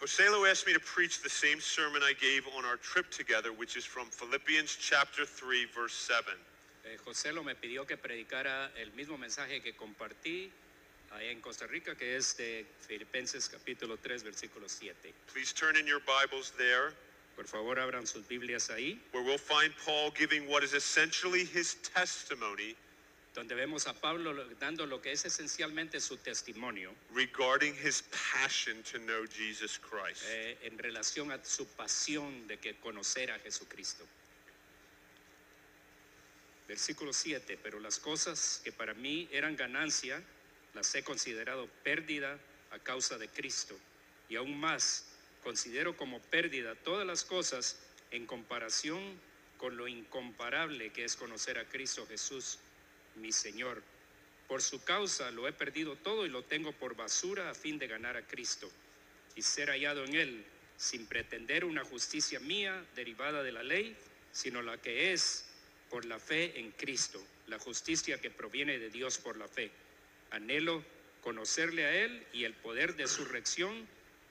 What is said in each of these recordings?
Osalo asked me to preach the same sermon I gave on our trip together, which is from Philippians chapter 3, verse 7. Eh, José lo me pidió que predicara el mismo mensaje que compartí allá en Costa Rica, que es de Filipenses capítulo 3, versículo 7. Please turn in your Bibles there, Por favor, abran sus Biblias ahí, where we'll find Paul giving what is essentially his testimony donde vemos a Pablo lo- dando lo que es esencialmente su testimonio regarding his passion to know Jesus Christ. eh, en relación a su pasión de que conocer a Jesucristo. Versículo 7, pero las cosas que para mí eran ganancia, las he considerado pérdida a causa de Cristo. Y aún más, considero como pérdida todas las cosas en comparación con lo incomparable que es conocer a Cristo Jesús, mi Señor. Por su causa lo he perdido todo y lo tengo por basura a fin de ganar a Cristo y ser hallado en él, sin pretender una justicia mía derivada de la ley, sino la que es por la fe en Cristo, la justicia que proviene de Dios por la fe. Anhelo conocerle a Él y el poder de su resurrección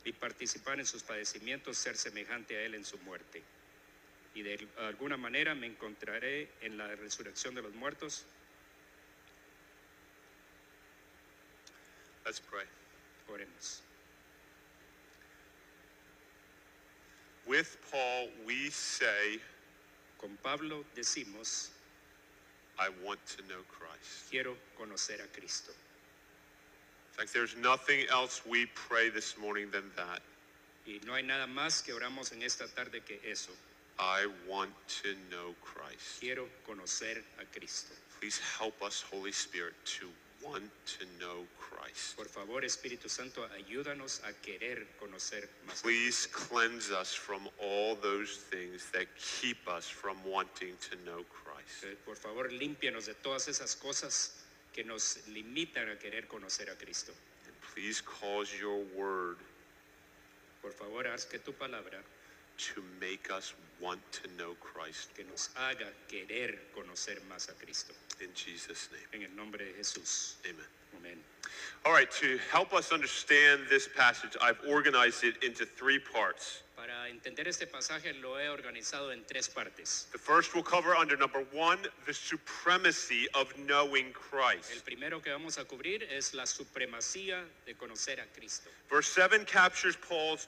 y participar en sus padecimientos, ser semejante a Él en su muerte. Y de alguna manera me encontraré en la resurrección de los muertos. Let's pray. Oremos. With Paul, we say, Con Pablo decimos, I want to know Christ. quiero conocer a Cristo. In fact, there's nothing else we pray this morning than that. Y no hay nada más que oramos en esta tarde que eso. I want to know Christ. Quiero conocer a Cristo. Please help us, Holy Spirit, to want to know Christ. Por favor, Espíritu Santo, ayúdanos a querer conocer más. a Please cleanse us from all those things that keep us from wanting to know Christ. Cristo. Eh, Por favor, límpianos de todas esas cosas que nos limitan a querer conocer a Cristo. And please cause your word Por favor, haz que tu palabra to make us want to know Christ. que nos haga querer conocer más a Cristo. In Jesus' name, En el nombre de Jesús. amen. Amén. All right, to help us understand this passage, I've organized it into three parts. Para entender este pasaje lo he organizado en tres partes. The first we'll cover under number one, the supremacy of knowing El Christ. primero que vamos a cubrir es la supremacía de conocer a Cristo. Verse 7 captures Paul's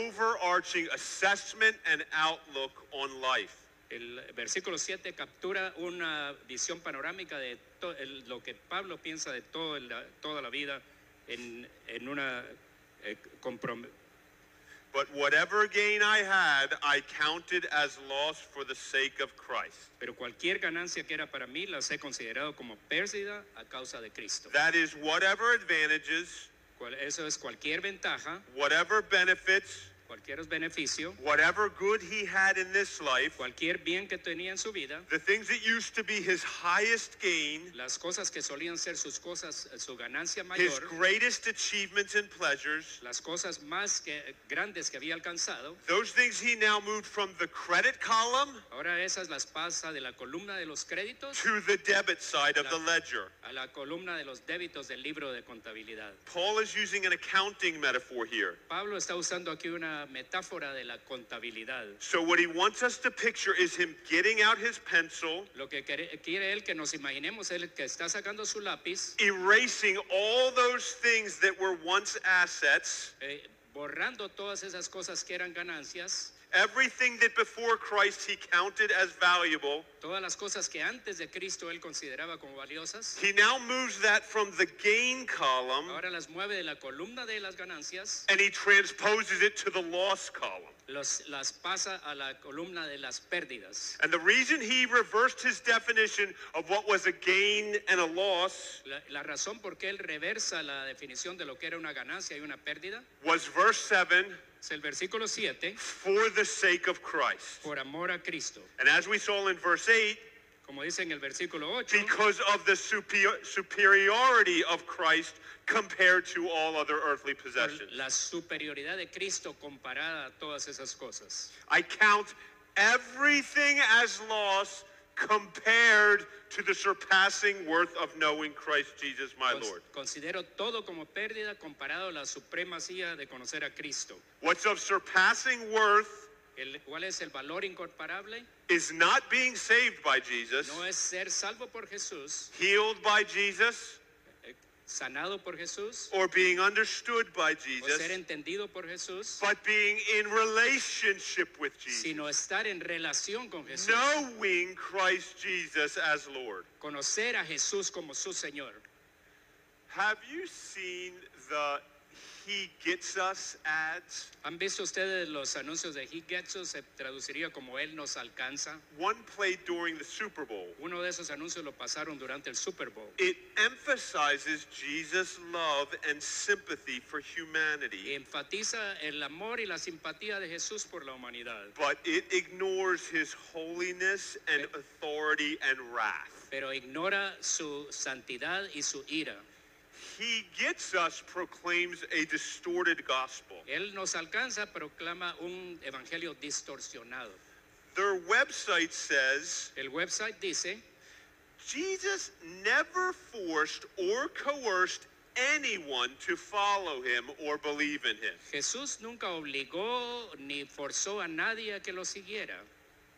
overarching assessment and outlook on life. El versículo 7 captura una visión panorámica de to- el- lo que Pablo piensa de todo el- toda la vida en, en una eh, comprom- But whatever gain I had, I counted as loss for the sake of Christ. Pero cualquier ganancia que era para mí las he considerado como pérdida a causa de Cristo. That is, whatever advantages, Cual- Eso es cualquier ventaja, whatever benefits, cualquier beneficio, whatever good he had in this life, cualquier bien que tenía en su vida, the things that used to be his highest gain, las cosas que solían ser sus cosas, eh, su ganancia his mayor, greatest achievements and pleasures, las cosas más que, grandes que había alcanzado, Those things he now moved from the credit column ahora esas las pasa de la columna de los créditos to the debit side of the ledger. a la columna de los débitos del libro de contabilidad. Paul is using an accounting metaphor here. Pablo está usando aquí una metáfora de la contabilidad. So, what he wants us to picture is him getting out his pencil, Lo que quere- quiere él que nos imaginemos es el que está sacando su lápiz, erasing all those things that were once assets, eh, borrando todas esas cosas que eran ganancias, everything that before Christ he counted as valuable. todas las cosas que antes de Cristo él consideraba como valiosas. He now moves that from the gain column Ahora las mueve de la columna de las ganancias, and he transposes it to the loss column. los- las pasa a la columna de las pérdidas. And the reason he reversed his definition of what was a gain and a loss La, la razón por qué él reversa la definición de lo que era una ganancia y una pérdida was verse 7 es el versículo 7, for the sake of Christ. por amor a Cristo. And as we saw in verse 8, Como dice en el versículo 8, because of the super- superiority of Christ compared to all other earthly possessions. la superioridad de Cristo comparada a todas esas cosas. I count everything as loss compared to the surpassing worth of knowing Christ Jesus my Cons- Lord. Considero todo como pérdida comparado a la supremacía de conocer a Cristo, What's of surpassing worth el cual es el valor incomparable, is not being saved by Jesus, no eh? es ser salvo por Jesús, healed by Jesus, eh, sanado por Jesús, or being understood by o ser Oh, Jesus, entendido por Jesús, but being in relationship with Jesus, sino estar en relación con Jesús, knowing Christ Jesus as Lord. conocer a Jesús como su Señor. Have you seen the He Gets Us ads? ¿Han visto ustedes los anuncios de He Gets Us? Se traduciría como Él nos alcanza. One played during the Super Bowl. Uno de esos anuncios lo pasaron durante el Super Bowl. It emphasizes Jesus' love and sympathy for Y humanity, enfatiza el amor y la simpatía de Jesús por la humanidad, but it ignores his holiness and authority and wrath. pero ignora su santidad y su ira. He gets us proclaims a distorted gospel. Él nos alcanza, proclama un evangelio distorsionado. Their website says El website dice, Jesus never forced or coerced anyone to follow him or believe in him. Jesús nunca obligó ni forzó a nadie a que lo siguiera.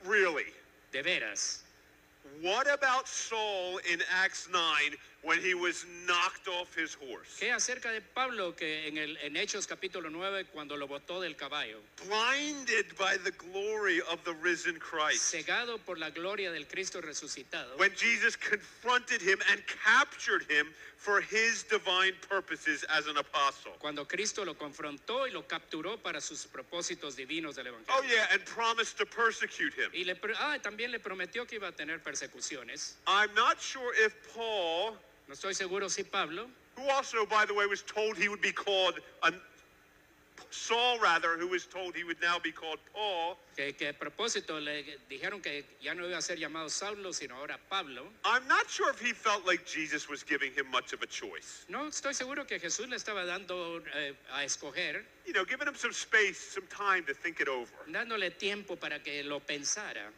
Really? De veras. What about Saul in Acts 9 when he was knocked off his horse? ¿Qué acerca de Pablo que en, el, en Hechos capítulo 9, cuando lo botó del caballo? blinded by the glory of the risen Christ. cegado por la gloria del Cristo resucitado, When Jesus confronted him and captured him for his divine purposes as an apostle. cuando Cristo lo confrontó y lo capturó para sus propósitos divinos del Evangelio. Oh, yeah, and promised to persecute him. Y le, pr- ah, también le prometió que iba a tener persecuciones. I'm not sure if Paul, No estoy seguro si Pablo, who also, by the way, was told he would be called, an, Saul rather, who was told he would now be called Paul. que, que a propósito le dijeron que ya no iba a ser llamado Saulo, sino ahora Pablo. I'm not sure if he felt like Jesus was giving him much of a choice. No estoy seguro que Jesús le estaba dando eh, a escoger, You know, giving him some space, some time to think it over. dándole tiempo para que lo pensara.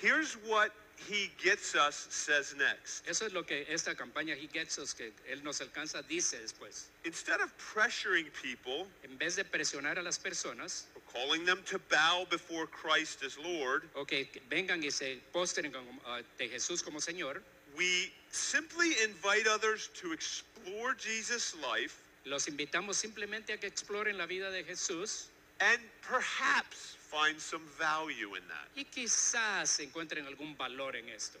Here's what he gets us says next. Eso es lo que esta campaña He Gets Us, que él nos alcanza, dice después. Instead of pressuring people En vez de presionar a las personas, or calling them to bow before Christ as Lord, o que vengan y se postren con- ante Jesús como Señor, we simply invite others to explore Jesus' life los invitamos simplemente a que exploren la vida de Jesús and perhaps find some value in that. y quizás encuentren algún valor en esto.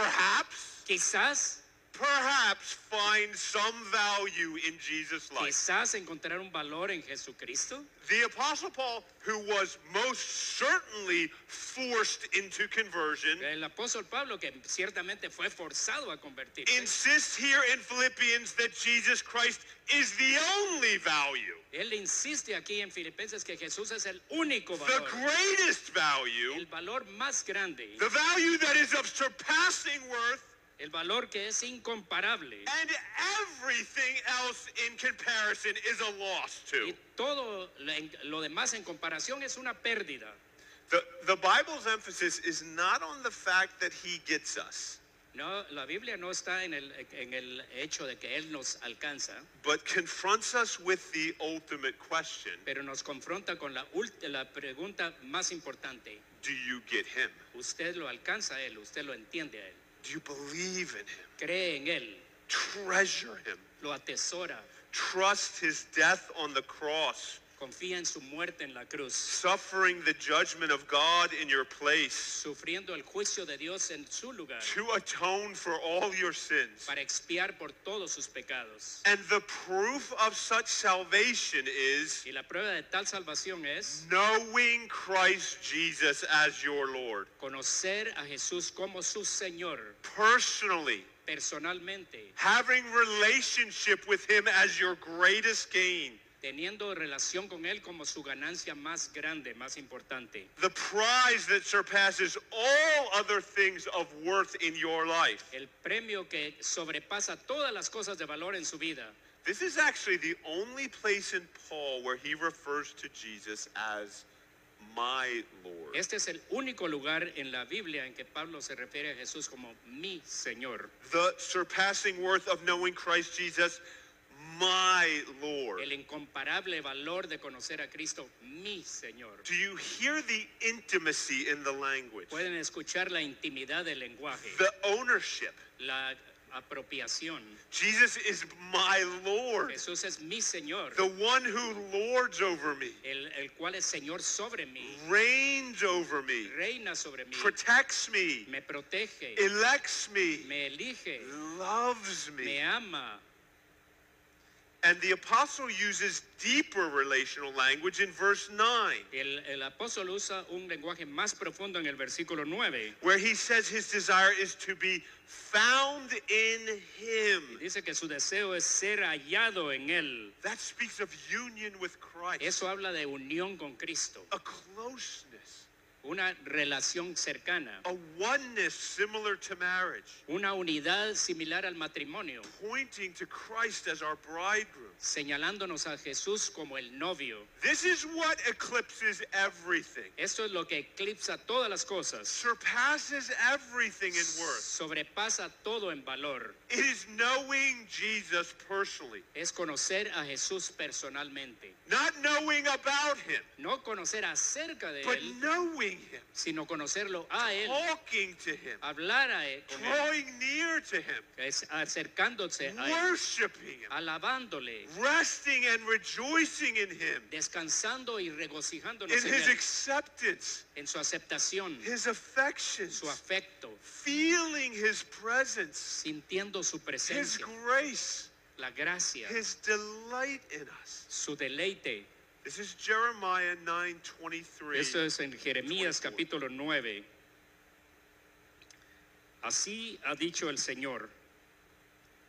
Perhaps, Quizás, perhaps find some value in Jesus' life. quizás encontrar un valor en Jesucristo. The Apostle Paul, who was most certainly forced into conversion, El apóstol Pablo, que ciertamente fue forzado a convertirse, insists here in Philippians that Jesus Christ is the only value, él insiste aquí en Filipenses que Jesús es el único the valor, greatest value, el valor más grande, the value that is of surpassing worth el valor que es incomparable. and everything else in comparison is a loss Y to. todo lo- lo demás en comparación es una pérdida. The, the Bible's emphasis is not on the fact that he gets us, No, la Biblia no está en el, en el hecho de que Él nos alcanza, but confronts us with the ultimate question pero nos confronta con la, ult- la pregunta más importante. Do you get him? Usted lo alcanza a Él, usted lo entiende a Él, Do you believe in him? cree en Él, Treasure him. lo atesora, Trust his death on the cross. confía en su muerte en la cruz, suffering the judgment of God in your place sufriendo el juicio de Dios en su lugar to atone for all your sins. para expiar por todos sus pecados. And the proof of such salvation is Y la prueba de tal salvación es knowing Christ Jesus as your Lord, conocer a Jesús como su Señor personally, personalmente, having relationship with him as your greatest gain. teniendo relación con Él como su ganancia más grande, más importante. The prize that surpasses all other things of worth in your life. El premio que sobrepasa todas las cosas de valor en su vida. This is actually the only place in Paul where he refers to Jesus as my Lord. Este es el único lugar en la Biblia en que Pablo se refiere a Jesús como mi Señor, The surpassing worth of knowing Christ Jesus, my Lord. el incomparable valor de conocer a Cristo, mi Señor. Do you hear the intimacy in the language? Pueden escuchar la intimidad del lenguaje, The ownership. la apropiación. Jesus is my Lord, Jesús es mi Señor, the one who lords over me, el, el cual es Señor sobre mí, reigns over me, reina sobre mí, protects me, me protege, elects me, me elige, loves me. me ama. And the apostle uses deeper relational language in verse 9, El, el apóstol usa un lenguaje más profundo en el versículo 9. where he says his desire is to be found in him. Dice que su deseo es ser hallado en Él. That speaks of union with Christ, Eso habla de unión con Cristo, a closeness, una relación cercana, a oneness similar to marriage, una unidad similar al matrimonio, pointing to Christ as our bridegroom. señalándonos a Jesús como el novio. This is what eclipses everything, Esto es lo que eclipsa todas las cosas, surpasses everything in worth. sobrepasa todo en valor. It is knowing Jesus personally, Es conocer a Jesús personalmente, not knowing about him, no conocer acerca de but Él, knowing him, sino conocerlo a Él, talking to him, hablar a Él, con Él, drawing near to him, es acercándose a Él, worshiping him, alabándole, resting and rejoicing in him, descansando y regocijándonos in en his Él, acceptance, en su aceptación, his affections, su afecto, feeling his presence, sintiendo su his presencia, grace, la gracia, his delight in us. su deleite. This is Jeremiah 9:23. Esto es en 24. Jeremías capítulo 9. Así ha dicho el Señor,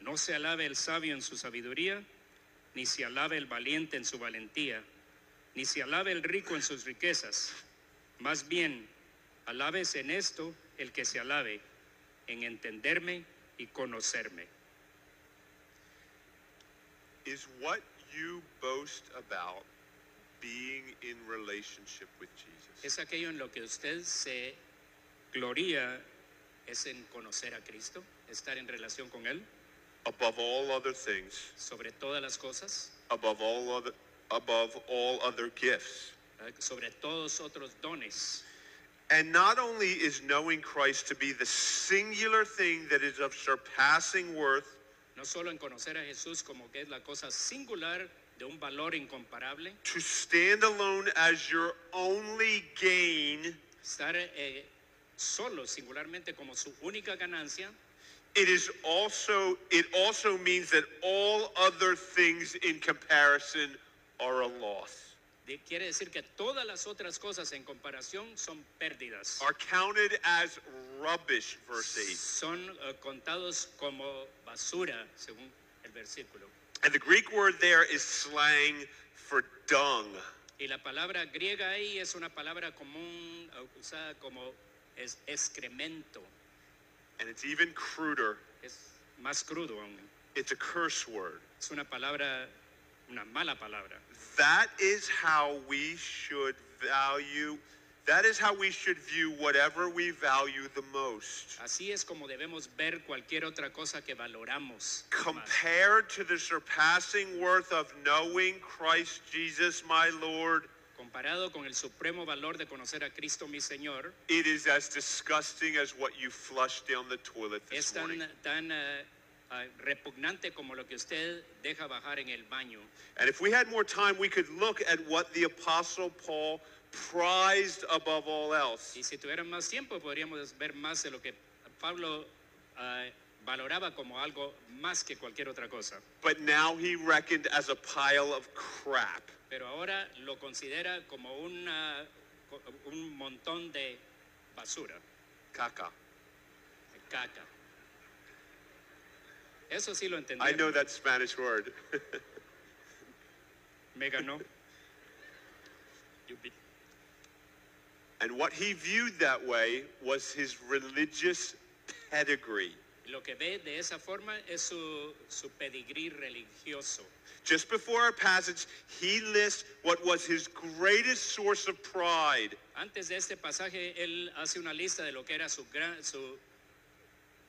no se alabe el sabio en su sabiduría, ni se alabe el valiente en su valentía, ni se alabe el rico en sus riquezas. Más bien, alabes en esto el que se alabe, en entenderme y conocerme. is what you boast about being in relationship with Jesus. Es aquello en lo que usted se gloria, es en conocer a Cristo, estar en relación con Él, Above all other things, sobre todas las cosas, above all other above all other gifts. ¿verdad? eh, sobre todos otros dones. And not only is knowing Christ to be the singular thing that is of surpassing worth, No solo en conocer a Jesús como que es la cosa singular de un valor incomparable, to stand alone as your only gain, estar eh, solo singularmente como su única ganancia, it is also it also means that all other things in comparison are a loss de- quiere decir que todas las otras cosas en comparación son pérdidas. are counted as rubbish verse Son eh, contados como basura, según el versículo. 8 and the greek word there is slang for dung Y la palabra griega ahí es una palabra común eh, usada como es- excremento. and it's even cruder Es más crudo aún. it's a curse word Es una palabra, una mala palabra. that is how we should value that is how we should view whatever we value the most Así es como debemos ver cualquier otra cosa que valoramos. más. compared to the surpassing worth of knowing Christ Jesus my Lord, Comparado con el supremo valor de conocer a Cristo mi Señor, it is as disgusting as what you flushed down the toilet this es tan, morning. tan eh, ah, repugnante como lo que usted deja bajar en el baño. And if we had more time, we could look at what the Apostle Paul prized above all else. Y si tuvieran más tiempo, podríamos ver más de lo que Pablo ah, valoraba como algo más que cualquier otra cosa. But now he reckoned as a pile of crap. Pero ahora lo considera como una, co- un montón de basura, Caca. de caca. Eso sí lo entendí. I know that Spanish word. Me ganó. You beat- And what he viewed that way was his religious pedigree. Lo que ve de esa forma es su, su pedigrí religioso. Just before our passage, he lists what was his greatest source of pride Antes de este pasaje, él hace una lista de lo que era su, gran, su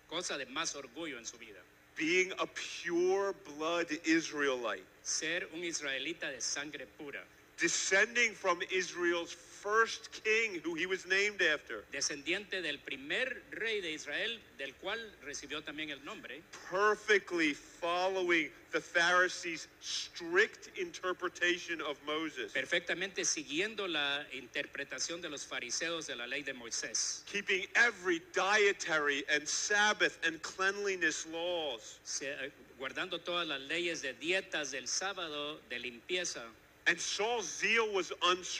cosa de más orgullo en su vida. being a pure blood Israelite, Ser un israelita de sangre pura, descending from Israel's first king, who he was named after, descendiente del primer rey de Israel, del cual recibió también el nombre, perfectly following the Pharisees' strict interpretation of Moses, perfectamente siguiendo la interpretación de los fariseos de la ley de Moisés. keeping every dietary and Sabbath and cleanliness laws, Se- eh, guardando todas las leyes de dietas del sábado, de limpieza. and Saul's zeal was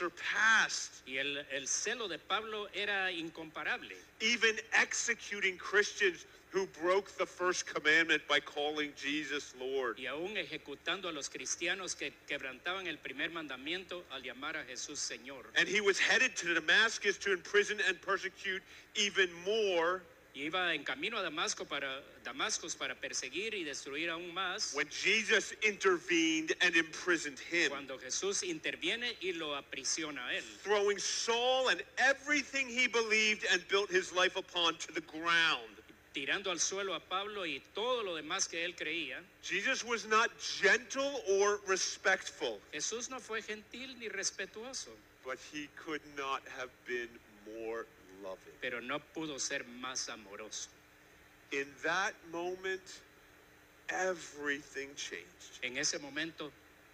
unsurpassed. Y el, el celo de Pablo era incomparable, even executing Christians who broke the first commandment by calling Jesus Lord. y aún ejecutando a los cristianos que quebrantaban el primer mandamiento al llamar a Jesús Señor. And he was headed to Damascus to imprison and persecute even more Y iba en camino a Damasco para, Damascus para perseguir y destruir aún más when Jesus intervened and imprisoned him, cuando Jesús interviene y lo aprisiona a él, throwing Saul and everything he believed and built his life upon to the ground. tirando al suelo a Pablo y todo lo demás que él creía. Jesus was not gentle or respectful, Jesús no fue gentil ni respetuoso, but he could not have been more loving. pero no pudo ser más amoroso. In that moment, everything changed. En ese momento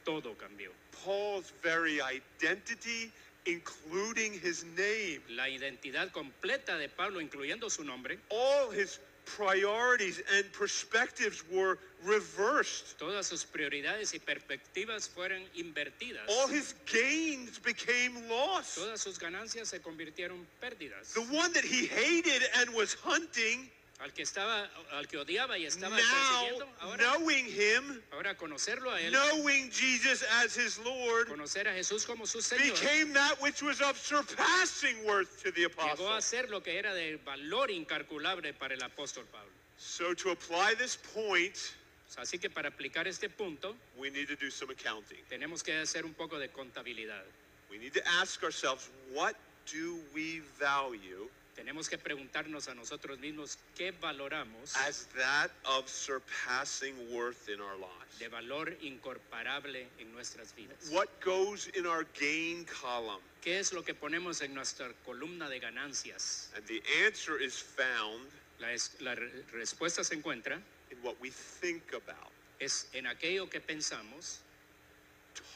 todo cambió. Paul's very identity, including his name, La identidad completa de Pablo, incluyendo su nombre, all his priorities and perspectives were reversed. todas sus prioridades y perspectivas fueron invertidas. All his gains became loss. Todas sus ganancias se convirtieron en pérdidas. The one that he hated and was hunting, Al que estaba, al que odiaba y now estaba persiguiendo, ahora, knowing him, ahora conocerlo a él, knowing Jesus as his Lord, conocer a Jesús como su Señor, became that which was of surpassing worth to the llegó apostle. a ser lo que era de valor incalculable para el apóstol Pablo. So to apply this point, O sea, Así que para aplicar este punto, we need to do some accounting. tenemos que hacer un poco de contabilidad. We need to ask ourselves, what do we value Tenemos que preguntarnos a nosotros mismos qué valoramos as that of surpassing worth in our de lives? valor incomparable en nuestras vidas. What goes in our gain column? ¿Qué es lo que ponemos en nuestra columna de ganancias? And the answer is found La, es- la re- respuesta se encuentra in what we think about, es en aquello que pensamos,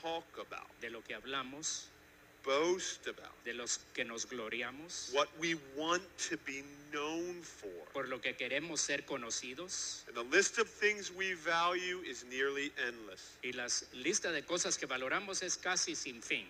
talk about, de lo que hablamos, boast about, de los que nos gloriamos, what we want to be known for. por lo que queremos ser conocidos. And the list of things we value is nearly endless. Y la lista de cosas que valoramos es casi sin fin.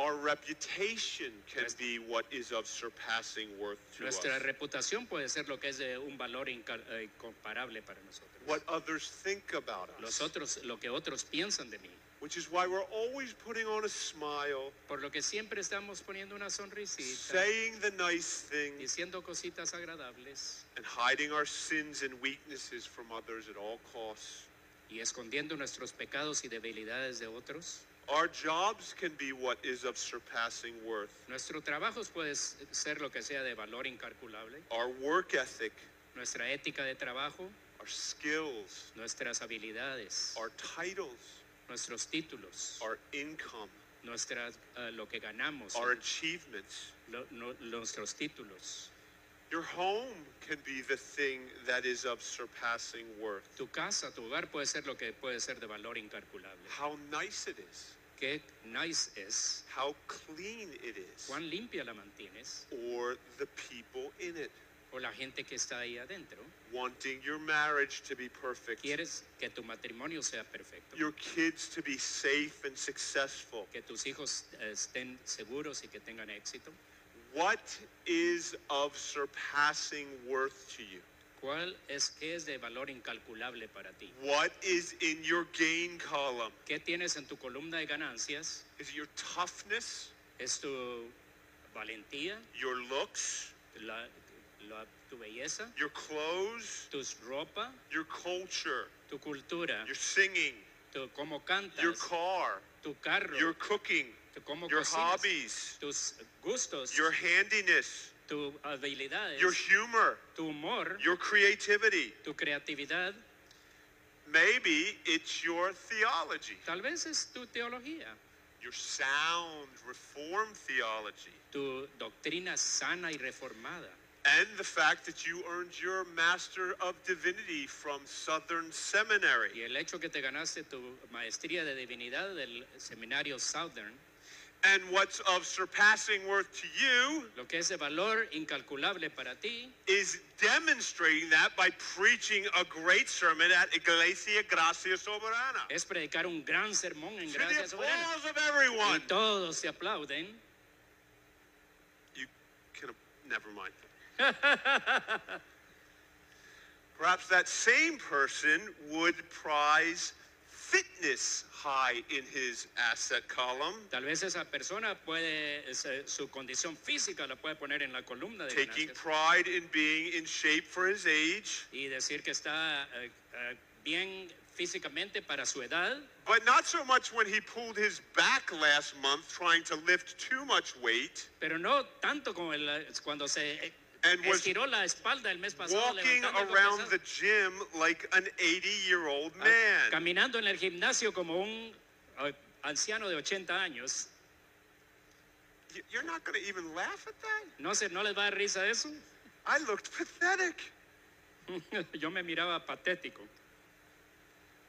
Our reputation can be what is of surpassing worth to us. Nuestra reputación puede ser lo que es de un valor inca- eh, incomparable para nosotros. What others think about us, Los otros, lo que otros piensan de mí. which is why we're always putting on a smile, Por lo que siempre estamos poniendo una sonrisita, saying the nice things, diciendo cositas agradables and hiding our sins and weaknesses from others at all costs. y escondiendo nuestros pecados y debilidades de otros. Our jobs can be what is of surpassing worth. Nuestro trabajo puede ser lo que sea de valor incalculable. Our work ethic, Nuestra ética de trabajo, our skills, nuestras habilidades, our titles, nuestros títulos, our income, nuestras, eh, lo que ganamos, our achievements. lo- no- nuestros títulos. Your home can be the thing that is of surpassing worth. Tu casa, tu hogar puede ser lo que puede ser de valor incalculable. How nice it is, Qué nice es, how clean it is. cuán limpia la mantienes, or the people in it. o la gente que está ahí adentro. Wanting your marriage to be perfect, Quieres que tu matrimonio sea perfecto, your kids to be safe and successful. que tus hijos eh, estén seguros y que tengan éxito. What is of surpassing worth to you? ¿Cuál es qué es de valor incalculable para ti? What is in your gain column? ¿Qué tienes en tu columna de ganancias? Is it your toughness, ¿Es tu valentía? your looks, La- la- tu belleza, your clothes, tus ropa, your culture, tu cultura, your singing, tu cómo cantas, your car, tu carro, your cooking, tu cómo your cocinas, hobbies, tus gustos, your handiness, tus habilidades, your humor, tu humor, your creativity. tu creatividad, Maybe it's your theology, tal vez es tu teología, your sound reform theology, tu doctrina sana y reformada. and the fact that you earned your Master of Divinity from Southern Seminary. Y el hecho que te ganaste tu maestría de divinidad del seminario Southern, And what's of surpassing worth to you lo que es de valor incalculable para ti, is demonstrating that by preaching a great sermon at Iglesia Gracia Soberana. es predicar un gran sermón en To the gracia soberana. applause of Y everyone. todos se aplauden. You can, never mind. Perhaps that same person would prize fitness high in his asset column, Tal vez esa persona puede, ese- su condición física la puede poner en la columna de taking ganancias pride in being in shape for his age, y decir que está eh, eh, bien físicamente para su edad, but not so much when he pulled his back last month trying to lift too much weight. pero no tanto como el, eh, cuando se eh, And was estiró la espalda el mes pasado walking levantando algo around pesado. the gym like an 80 year old Ah, man. caminando en el gimnasio como un eh, anciano de 80 años. Y- You're not going to even laugh at that? No sé, ¿no les va a dar risa eso? I looked pathetic. Yo me miraba patético.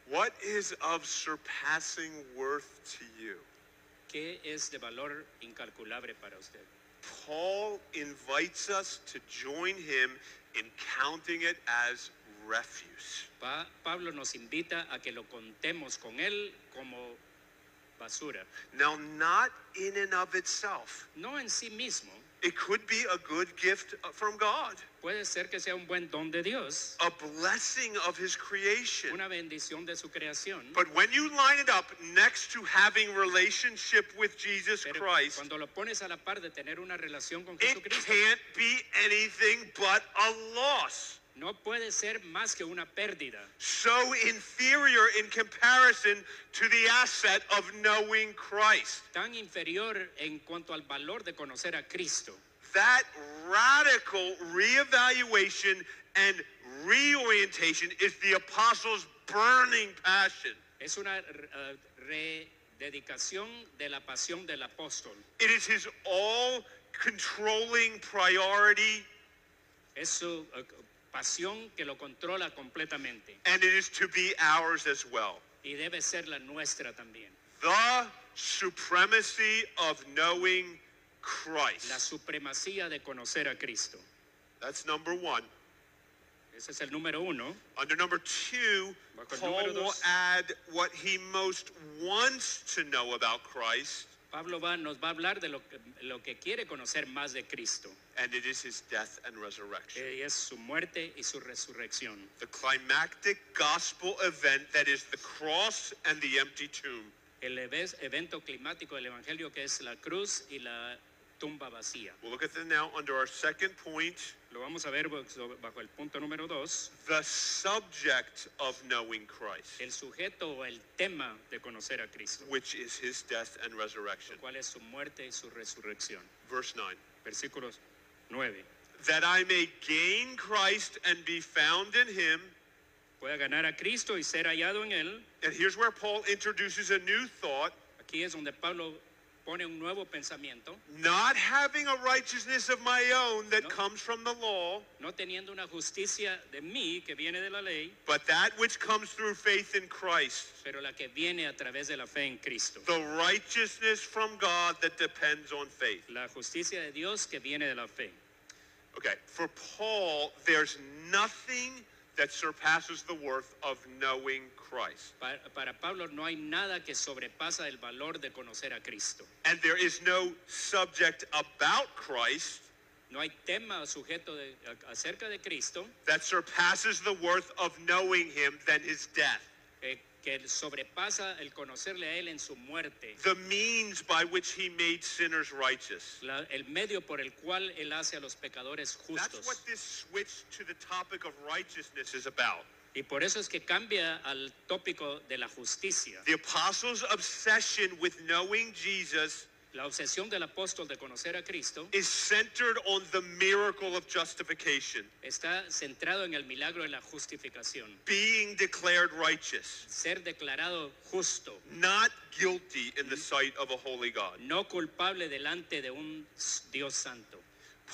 What is of surpassing worth to you? ¿Qué es de valor incalculable para usted? Paul invites us to join him in counting it as refuse. Pa- Pablo nos invita a que lo contemos con él como basura, Now, not in and of itself. no en sí mismo. It could be a good gift from God, Puede ser que sea un buen don de Dios, a blessing of his creation. una bendición de su creación. But when you line it up next to having relationship with Jesus Pero Christ, cuando lo pones a la par de tener una relación con it Jesucristo, can't be anything but a loss. no puede ser más que una pérdida. So inferior in comparison to the asset of knowing Christ. tan inferior en cuanto al valor de conocer a Cristo. That radical reevaluation and reorientation is the apostles' burning passion. Es una eh, rededicación de la pasión del apóstol. It is his all controlling priority Es su eh, pasión que lo controla completamente and it is to be ours as well. y debe ser la nuestra también. the supremacy of knowing La Christ. supremacía de conocer a Cristo. That's number one. Ese es el número uno. Under number two, Bajo el Paul número will dos. add what he most wants to know about Christ, Pablo va, nos va a hablar de lo que, lo que quiere conocer más de Cristo. and it is his death and resurrection. eh, y es su muerte y su resurrección. The climactic gospel event that is the cross and the empty tomb. El eve- evento climático del Evangelio que es la cruz y la tumba vacía. We'll look at that now under our second point Lo vamos a ver bajo bajo el punto número dos, the subject of knowing Christ, el sujeto o el tema de conocer a Cristo, which is his death and resurrection. cuál es su muerte y su resurrección. Verse 9. Versículos 9. that I may gain Christ and be found in him. Pueda ganar a Cristo y ser hallado en él. And here's where Paul introduces a new thought Aquí es donde Pablo pone un nuevo pensamiento, not having a righteousness of my own that No. comes from the law, no teniendo una justicia de mí que viene de la ley, but that which comes through faith in Christ, pero la que viene a través de la fe en Cristo. the righteousness from God that depends on faith. La justicia de Dios que viene de la fe. Okay, for Paul, there's nothing that surpasses the worth of knowing Christ. Pa- Para, Pablo no hay nada que sobrepasa el valor de conocer a Cristo. And there is no subject about Christ No hay tema o sujeto de- a- acerca de Cristo that surpasses the worth of knowing him than his death. eh, que sobrepasa el conocerle a Él en su muerte, the means by which he made sinners righteous. la- el medio por el cual Él hace a los pecadores That's what justos. this switch to the topic of righteousness is about. Y por eso es que cambia al tópico de la justicia. The apostles' obsession with knowing Jesus La obsesión del apóstol de conocer a Cristo is centered on the miracle of justification, está centrado en el milagro de la justificación, being declared righteous, ser declarado justo, not guilty in the sight of a holy God. no culpable delante de un Dios santo.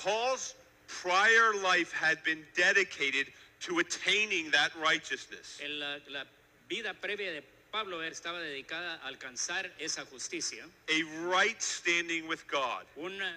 Paul's prior life had been dedicated to attaining that righteousness. En la, la vida previa de Pablo estaba dedicada a alcanzar esa justicia, a right standing with God. una,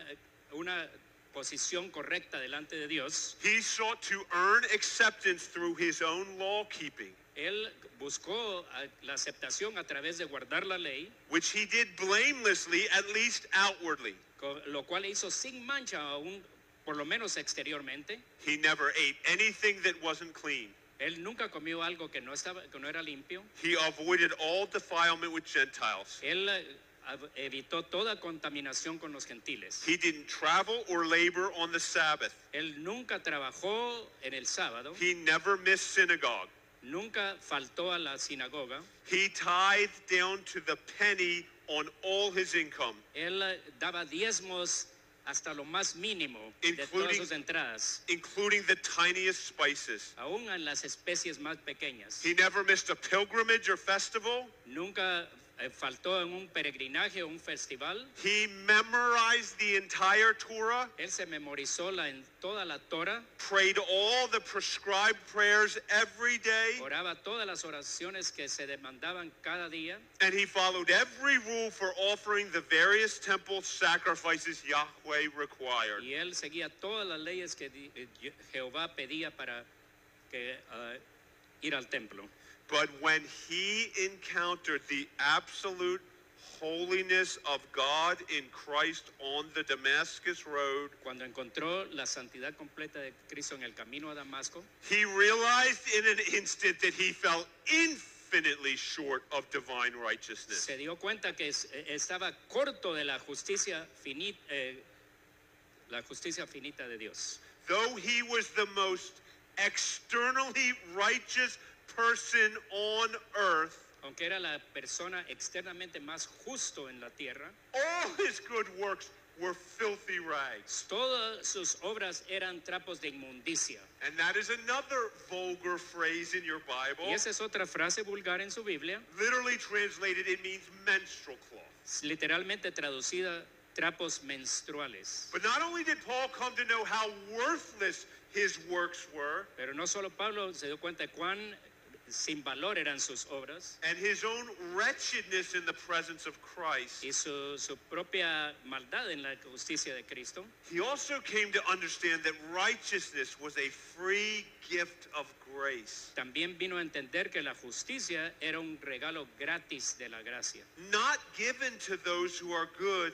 una posición correcta delante de Dios. He sought to earn acceptance through his own law keeping, Él buscó ah, la aceptación a través de guardar la ley, which he did blamelessly, at least outwardly. co- lo cual hizo sin mancha aún, por lo menos exteriormente. He never ate anything that wasn't clean. Él nunca comió algo que no, estaba, que no era limpio. He avoided all defilement with Gentiles. Él eh, av- evitó toda contaminación con los gentiles. He didn't travel or labor on the Sabbath. Él nunca trabajó en el sábado, He never missed synagogue. nunca faltó a la sinagoga. He tithed down to the penny on all his income, Él eh, daba diezmos hasta lo más mínimo de todas Including- sus entradas, including the tiniest spices. aún en las especies más pequeñas. He never missed a pilgrimage or festival. Nunca eh, faltó en un peregrinaje o un festival. He memorized the entire Torah, Él se memorizó la, en toda la Torah, prayed all the prescribed prayers every day, oraba todas las oraciones que se demandaban cada día and he followed every rule for offering the various temple sacrifices Yahweh required. y él seguía todas las leyes que di- eh, Je- Jehová pedía para que, ah, ir al templo. But when he encountered the absolute holiness of God in Christ on the Damascus Road, Cuando encontró la santidad completa de Cristo en el camino a Damasco, he realized in an instant that he fell infinitely short of divine righteousness. se dio cuenta que es- eh, estaba corto de la justicia finita, la justicia finita de Dios. Though he was the most externally righteous person on earth, Aunque era la persona externamente más justo en la tierra, all his good works were filthy rags. todas sus obras eran trapos de inmundicia. And that is another vulgar phrase in your Bible. Y esa es otra frase vulgar en su Biblia, Literally translated, it means menstrual cloth. literalmente traducida trapos menstruales. But not only did Paul come to know how worthless his works were Pero no solo Pablo se dio cuenta de cuán sin valor eran sus obras and his own wretchedness in the presence of Christ, y su, su propia maldad en la justicia de Cristo, he also came to understand that righteousness was a free gift of grace. también vino a entender que la justicia era un regalo gratis de la gracia, not given to those who are good,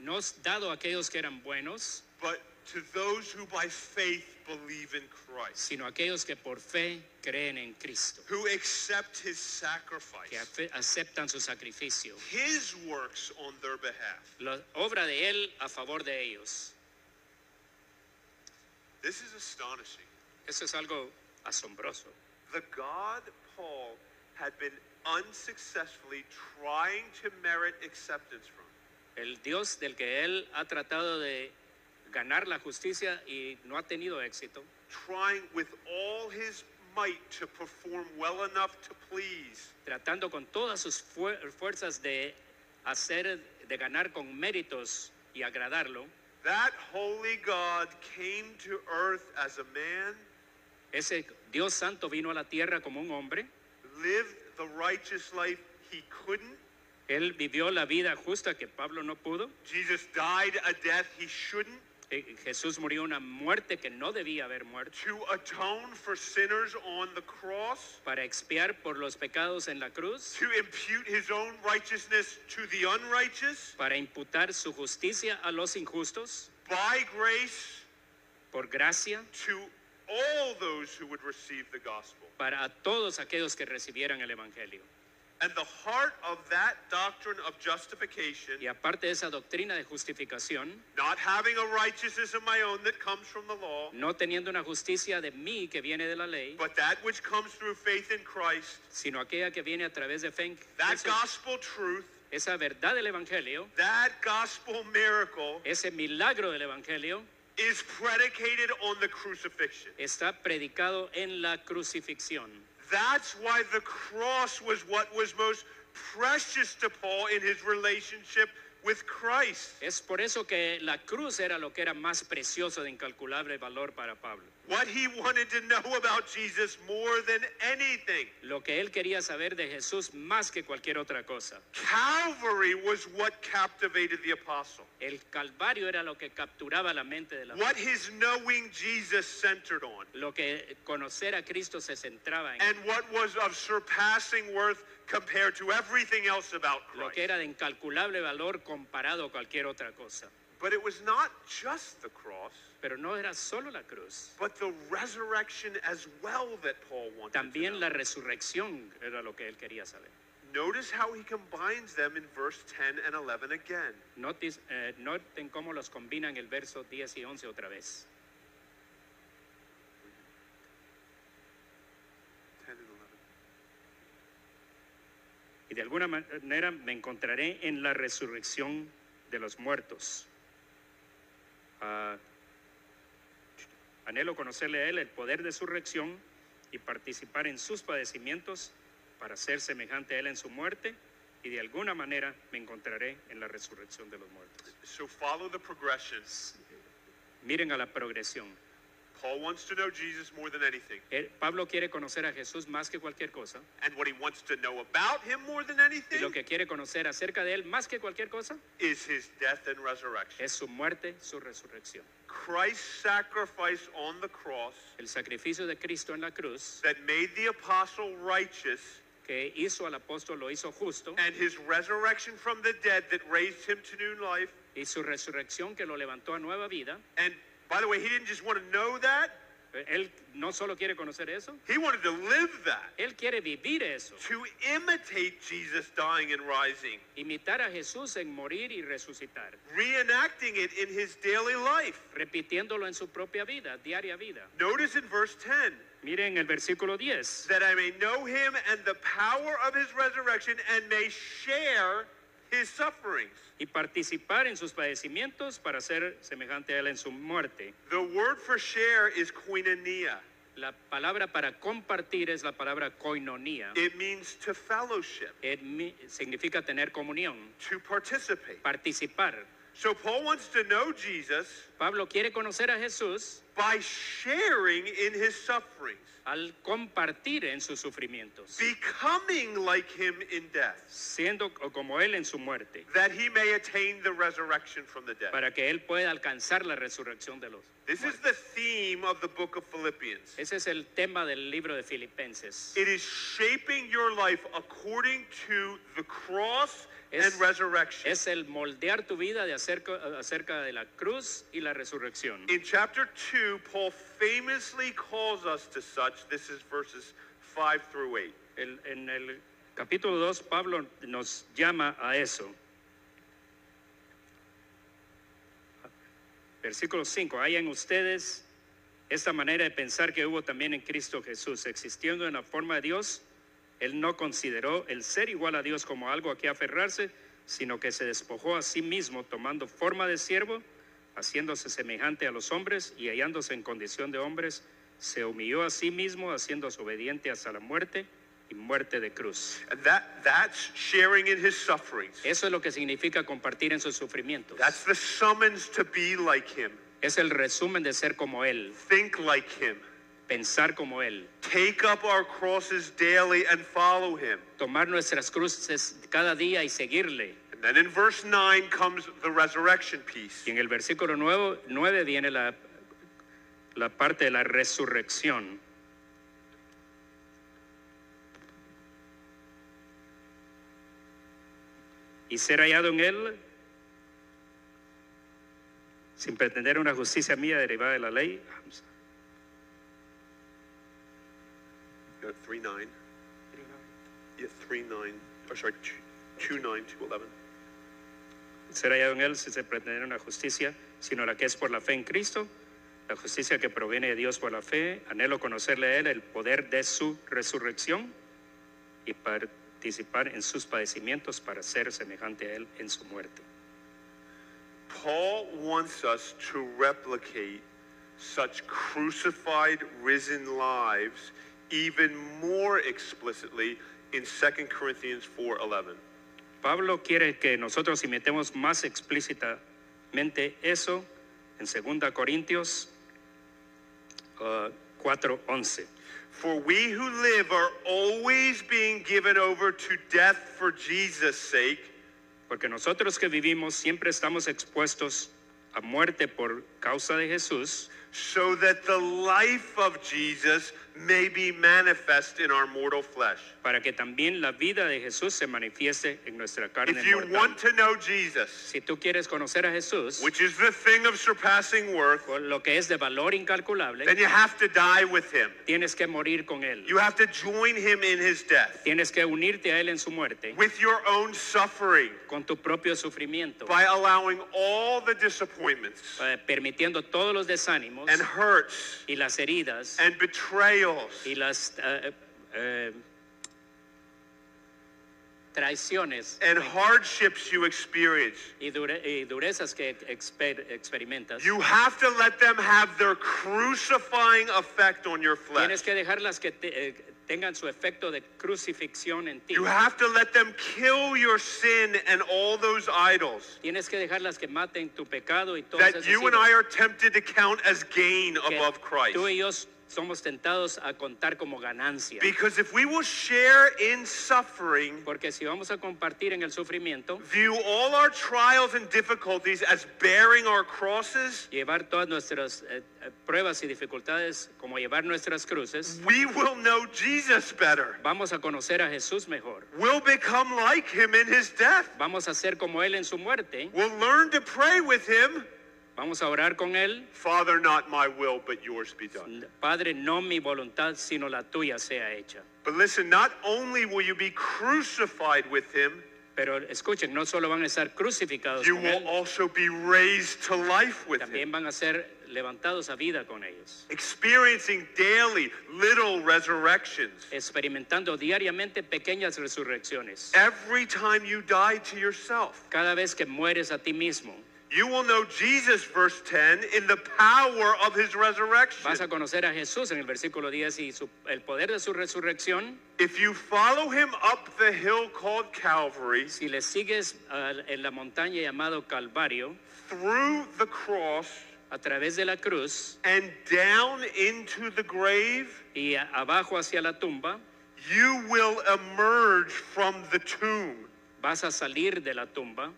no es dado a aquellos que eran buenos, but to those who by faith believe in Christ, sino a aquellos que por fe creen en Cristo, who accept his que sacrifice, afe- aceptan su sacrificio, his works on their behalf. la obra de Él a favor de ellos. This is astonishing. Eso es algo asombroso. The God Paul had been unsuccessfully trying to merit acceptance from. El Dios del que Él ha tratado de ganar la justicia y no ha tenido éxito, Trying with all his might to perform well enough to please, tratando con todas sus fuer- fuerzas de hacer, de ganar con méritos y agradarlo, that holy God came to earth as a man ese Dios santo vino a la tierra como un hombre, lived the righteous life he couldn't. Él vivió la vida justa que Pablo no pudo, Jesus died a death he shouldn't Eh, Jesús murió una muerte que no debía haber muerto, to atone for sinners on the cross, para expiar por los pecados en la cruz, to impute his own righteousness to the unrighteous. para imputar su justicia a los injustos, By grace, por gracia, to all those who would receive the gospel. para a todos aquellos que recibieran el Evangelio. And the heart of that doctrine of justification, Y aparte de esa doctrina de justificación, not having a righteousness of my own that comes from the law, no teniendo una justicia de mí que viene de la ley, but that which comes through faith in Christ, sino aquella que viene a través de fe en that Jesús. gospel truth, esa verdad del Evangelio, that gospel miracle ese milagro del Evangelio, is predicated on the crucifixion. está predicado en la crucifixión. That's why the cross was what was most precious to Paul in his relationship with Christ. Es por eso que la cruz era lo que era más precioso de incalculable valor para Pablo. What he wanted to know about Jesus more than anything. Lo que él quería saber de Jesús más que cualquier otra cosa. Calvary was what captivated the apostle. El Calvario era lo que capturaba la mente de la What his knowing Jesus centered on. Lo que conocer a Cristo se centraba en And what was of surpassing worth compared to everything else about lo que Christ. era de incalculable valor comparado a cualquier otra cosa. But it was not just the cross, Pero no era solo la cruz, but the resurrection as well that Paul wanted. to know. también la resurrección era lo que él quería saber. Notice how he combines them in verse 10 and 11 again. Notis- eh, noten cómo los combinan el verso 10 y 11 otra vez. 10 and 11. Y de alguna manera me encontraré en la resurrección de los muertos. Ah, anhelo conocerle a Él el poder de su resurrección y participar en sus padecimientos para ser semejante a Él en su muerte. Y de alguna manera me encontraré en la resurrección de los muertos. So follow the progression. Miren a la progresión. Paul wants to know Jesus more than anything. Él- Pablo quiere conocer a Jesús más que cualquier cosa. And what he wants to know about him more than Y lo anything que quiere conocer acerca de Él más que cualquier cosa is his death and resurrection. es su muerte, su resurrección. Christ's sacrifice on the cross El sacrificio de Cristo en la cruz that made the apostle righteous que hizo al apóstol lo hizo justo and his resurrection from the dead that raised him to new life. y su resurrección que lo levantó a nueva vida. And by the way, he didn't just want to know that, Eh, Él no solo quiere conocer eso, he wanted to live that. él quiere vivir eso, to imitate Jesus dying and rising, imitar a Jesús en morir y resucitar, reenacting it in his daily life. repitiéndolo en su propia vida, diaria vida. Notice in verse 10 Miren el versículo 10. that I may know him and the power of his resurrection and may share his sufferings. Y participar en sus padecimientos para ser semejante a él en su muerte. The word for share is koinonia. La palabra para compartir es la palabra koinonía. It means to fellowship, Eh, mi- significa tener comunión, to participate. participar. So Paul wants to know Jesus Pablo quiere conocer a Jesús by sharing in his sufferings, al compartir en sus sufrimientos, becoming like him in death, siendo o como Él en su muerte, that he may attain the resurrection from the dead. para que Él pueda alcanzar la resurrección de los. This is the theme of the book of Philippians. Ese es el tema del libro de Filipenses. It is shaping your life according to the cross and Es- resurrection. Es el moldear tu vida de acerca, acerca de la cruz y la resurrección. In chapter 2, Paul famously calls us to such. This is verses 5 through 8. El- en el capítulo 2, Pablo nos llama a eso. Versículo 5. Hay en ustedes esta manera de pensar que hubo también en Cristo Jesús. Existiendo en la forma de Dios, Él no consideró el ser igual a Dios como algo a que aferrarse, sino que se despojó a sí mismo tomando forma de siervo, haciéndose semejante a los hombres y hallándose en condición de hombres, se humilló a sí mismo, haciéndose obediente hasta la muerte y muerte de cruz. And that, that's sharing in his sufferings. Eso es lo que significa compartir en sus sufrimientos. That's the summons to be like him, Es el resumen de ser como Él, think like him, pensar como Él, take up our crosses daily and follow him. tomar nuestras cruces cada día y seguirle. And then in verse 9 comes the resurrection piece. Y en el versículo 9, viene la, la parte de la resurrección. Y ser hallado en él sin pretender una justicia mía derivada de la ley, three nine. Yeah, three nine. Or sorry, two, two nine to eleven. Ser hallado en él si se pretende una justicia, sino la que es por la fe en Cristo, la justicia que proviene de Dios por la fe. Anhelo conocerle a él el poder de su resurrección y participar en sus padecimientos para ser semejante a él en su muerte. Paul wants us to replicate such crucified, risen lives even more explicitly in 2 Corinthians 4:11. Pablo quiere que nosotros imitemos más explícitamente eso en 2 Corintios uh, 4:11. For we who live are always being given over to death for Jesus' sake, Porque nosotros que vivimos siempre estamos expuestos a muerte por causa de Jesús, so that the life of Jesus may be manifest in our mortal flesh. para que también la vida de Jesús se manifieste en nuestra carne If you mortal. want to know Jesus, si tú quieres conocer a Jesús, which is the thing of surpassing worth, con lo que es de valor incalculable, then you have to die with him. tienes que morir con Él. You have to join him in his death Tienes que unirte a Él en su muerte, with your own suffering con tu propio sufrimiento, by allowing all the disappointments eh, permitiendo todos los desánimos and hurts y las heridas and betrayals y las eh, eh, traiciones and hardships you experience. y, dure- y durezas que exper- experimentas. You have to let them have their crucifying effect on your flesh. Tienes que dejarlas que te- eh, tengan su efecto de crucifixión en ti. You have to let them kill your sin and all those idols Tienes que dejarlas que maten tu pecado y todos that esos you and ídolos I are tempted to count as gain que above Christ. Tú y yo somos tentados a contar como ganancia. Because if we will share in suffering, Porque si vamos a compartir en el sufrimiento, view all our trials and difficulties as bearing our crosses, llevar todas nuestras eh, eh, pruebas y dificultades como llevar nuestras cruces, we will know Jesus better. vamos a conocer a Jesús mejor. We'll become like him in his death. Vamos a ser como Él en su muerte. We'll learn to pray with him. Vamos a orar con Él. Father, not my will, but yours be done. Padre, no mi voluntad, sino la tuya sea hecha. But listen, not only will you be crucified with him, Pero escuchen, no solo van a estar crucificados you con will Él, also be raised to life with también him, van a ser levantados a vida con ellos, experiencing daily little resurrections. experimentando diariamente pequeñas resurrecciones. Every time you die to yourself, Cada vez que mueres a ti mismo, You will know Jesus, verse 10, in the power of his resurrection. vas a conocer a Jesús en el versículo 10 y su- el poder de su resurrección. If you follow him up the hill called Calvary, Si le sigues ah, en la montaña llamado Calvario, through the cross, a través de la cruz and down into the grave, y a- abajo hacia la tumba, you will emerge from the tomb, vas a salir de la tumba,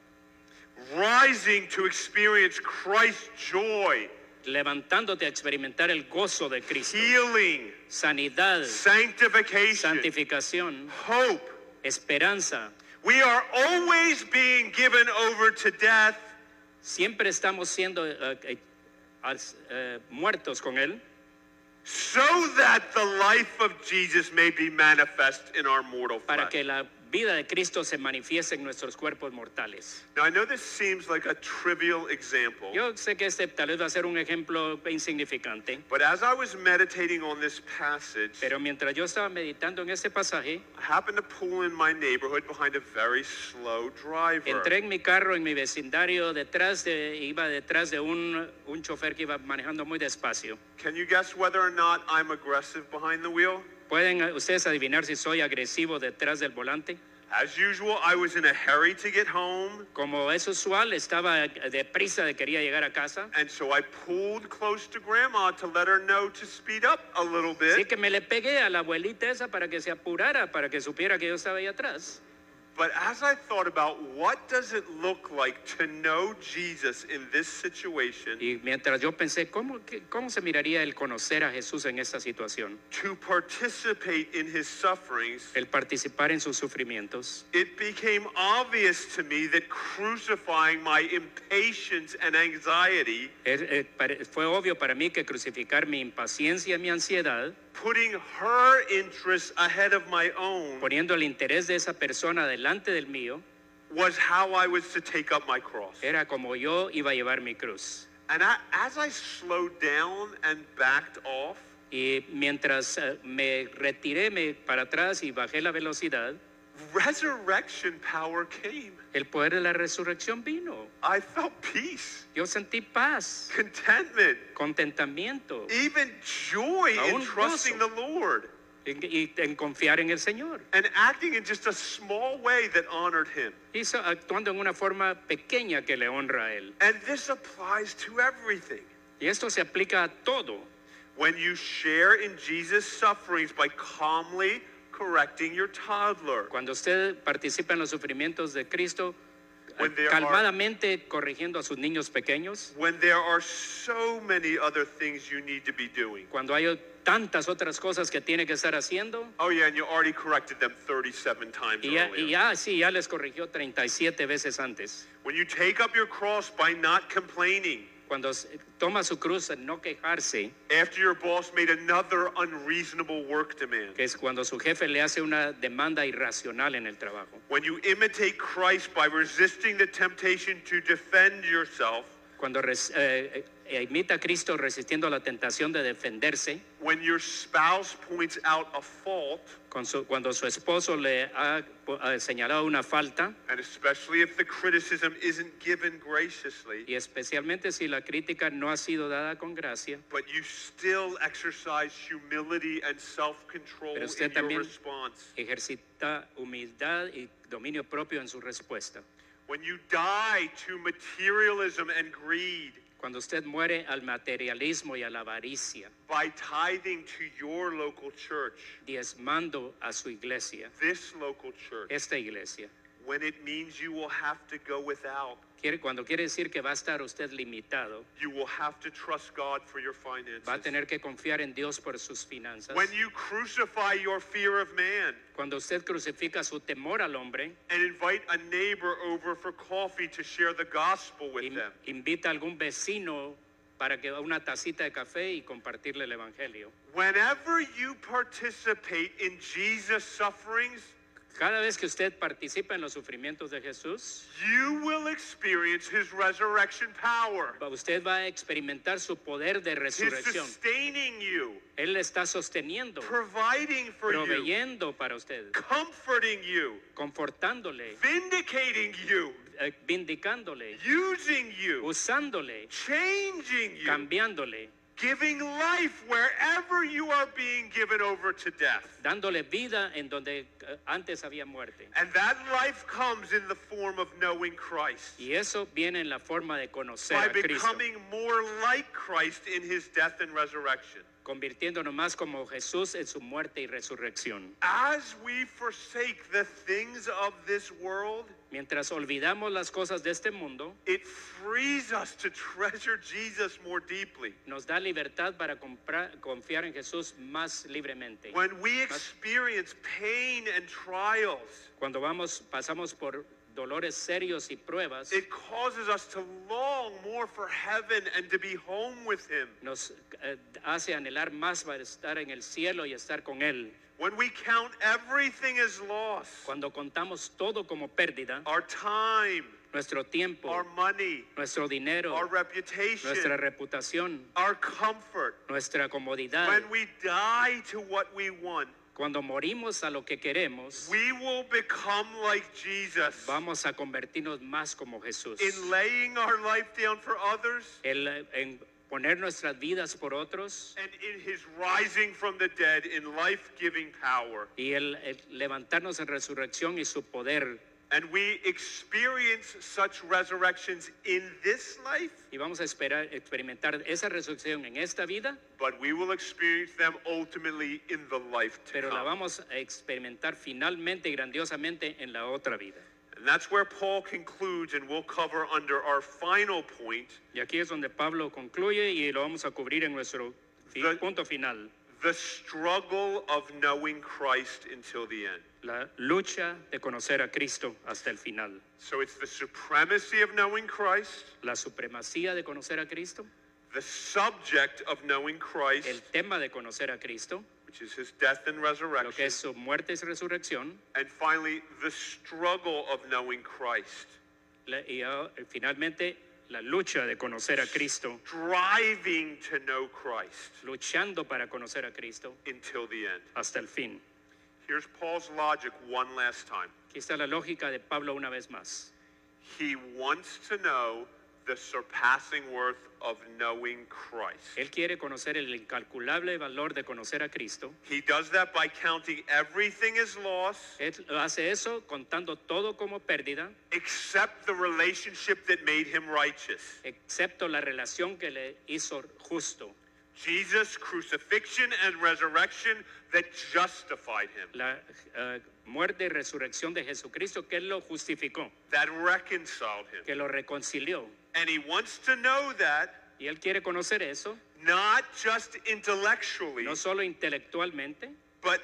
rising to experience Christ's joy, levantándote a experimentar el gozo de Cristo, healing, sanidad, sanctification, santificación, hope. esperanza. We are always being given over to death Siempre estamos siendo eh, eh, as- eh, muertos con Él so that the life of Jesus may be manifest in our mortal para flesh. que la vida de Cristo se manifieste en nuestros cuerpos mortales. Now, I know this seems like a trivial example, Yo sé que este tal vez va a ser un ejemplo insignificante, but as I was meditating on this passage, pero mientras yo estaba meditando en este pasaje, I happened to pull in my neighborhood behind a very slow driver. Entré en mi carro en mi vecindario, detrás de, iba detrás de un, un chofer que iba manejando muy despacio. Can you guess whether or not I'm aggressive behind the wheel? ¿Pueden eh, ustedes adivinar si soy agresivo detrás del volante? As usual, I was in a hurry to get home, Como es usual, estaba eh, deprisa de quería llegar a casa. and so I pulled close to Grandma to let her know to speed up a little Así bit. que me le pegué a la abuelita esa para que se apurara, para que supiera que yo estaba ahí atrás. But as I thought about what does it look like to know Jesus in this situation, Y mientras yo pensé, ¿cómo, que- ¿cómo se miraría el conocer a Jesús en esta situación? to participate in his sufferings, El participar en sus sufrimientos. it became obvious to me that crucifying my impatience and anxiety Es- eh, pare- fue obvio para mí que crucificar mi impaciencia y mi ansiedad putting her interests ahead of my own poniendo el interés de esa persona delante del mío, was how I was to take up my cross. era como yo iba a llevar mi cruz. And I, as I slowed down and backed off, Y mientras eh, me retiré me para atrás y bajé la velocidad, resurrection power came. el poder de la resurrección vino. I felt peace, Yo sentí paz, contentment, contentamiento even joy in Aún trusting the gozo. Lord en- y en confiar en el Señor. and acting in just a small way that honored him. Hizo actuando en una forma pequeña que le honra a Él. And this applies to everything. Y esto se aplica a todo. When you share in Jesus' sufferings by calmly correcting your toddler, Cuando usted participa en los sufrimientos de Cristo, When there are- calmadamente corrigiendo a sus niños pequeños, when there are so many other things you need to be doing. cuando hay tantas otras cosas que tiene que estar haciendo, Oh, yeah, and you already corrected them 37 times y ya, earlier. y ya sí, ya les corrigió 37 veces antes. When you take up your cross by not complaining Cuando s- toma su cruz en no quejarse, after your boss made another unreasonable work demand. que es cuando su jefe le hace una demanda irracional en el trabajo. When you imitate Christ by resisting the temptation to defend yourself. Cuando res- eh, eh, imita a Cristo resistiendo la tentación de defenderse, When your spouse points out a fault, con su- cuando su esposo le ha po- ha señalado una falta, and especially if the criticism isn't given graciously, y especialmente si la crítica no ha sido dada con gracia, but you still exercise humility and self-control Pero usted in your también- response. ejercita humildad y dominio propio en su respuesta. When you die to materialism and greed Cuando usted muere al materialismo y a la avaricia, by tithing to your local church, diezmando a su iglesia, this local church, esta iglesia, when it means you will have to go without, quiere, cuando quiere decir que va a estar usted limitado, you will have to trust God for your va a finances. tener que confiar en Dios por sus finanzas. When you crucify your fear of man Cuando usted crucifica su temor al hombre, and invite a neighbor over for coffee to share the gospel with in- them, invita a algún vecino para que una tacita de café y compartirle el evangelio. whenever you participate in Jesus' sufferings, Cada vez que usted participa en los sufrimientos de Jesús, you will experience his resurrection power. va- usted va a experimentar su poder de He's resurrección. sustaining you, Él le está sosteniendo, providing for you, proveyendo para usted, comforting you, confortándole, vindicating you, eh, vindicándole, using you, usándole, changing you, cambiándole, giving life wherever you are being given over to death. dándole vida en donde eh, antes había muerte. And that life comes in the form of knowing Christ. Y eso viene en la forma de conocer By a Cristo, becoming more like Christ in his death and resurrection. convirtiéndonos más como Jesús en su muerte y resurrección. As we forsake the things of this world, Mientras olvidamos las cosas de este mundo, it frees us to treasure Jesus more deeply. nos da libertad para compra- confiar en Jesús más libremente. When we experience pain and trials, Cuando vamos, pasamos por dolores serios y pruebas, it causes us to long more for heaven and to be home with Him. nos eh, hace anhelar más para estar en el cielo y estar con Él. When we count everything as loss Cuando contamos todo como pérdida, our time, nuestro tiempo, our money, nuestro dinero, our Oh. nuestra reputation, reputación, our comfort. nuestra comodidad, When we die to what we want, cuando morimos a lo que queremos, we will become like Jesus vamos a convertirnos más como Jesús. in laying our life down for others El, eh, en poner nuestras vidas por otros and in His rising from the dead in life giving power. y el, el levantarnos en resurrección y su poder. And we experience such resurrections in this life, Y vamos a esperar, experimentar esa resurrección en esta vida, but we will experience them ultimately in the life to pero la come. vamos a experimentar finalmente y grandiosamente en la otra vida. And that's where Paul concludes, and we'll cover under our final point Y aquí es donde Pablo concluye y lo vamos a cubrir en nuestro fi- The- punto final, the struggle of knowing Christ until the end. la lucha de conocer a Cristo hasta el final, So it's the supremacy of knowing Christ, la supremacía de conocer a Cristo, the subject of knowing Christ, el tema de conocer a Cristo, which is his death and lo que resurrection, es su muerte y su resurrección, and finally, the struggle of knowing Christ, la- y ah, finalmente la lucha de conocer a Cristo, striving to know Christ luchando para conocer a Cristo until the end. hasta el fin. Here's Paul's logic one last time. Aquí está la lógica de Pablo una vez más. He wants to know the surpassing worth of knowing Christ. Él quiere conocer el incalculable valor de conocer a Cristo. He does that by counting everything as loss Él hace eso contando todo como pérdida, except the relationship that made him righteous. excepto la relación que le hizo justo, Jesus' crucifixion and resurrection that justified him, la eh, muerte y resurrección de Jesucristo que Él lo justificó, that reconciled him. que lo reconcilió. And he wants to know that Y Él quiere conocer eso, not just intellectually, no solo intelectualmente, but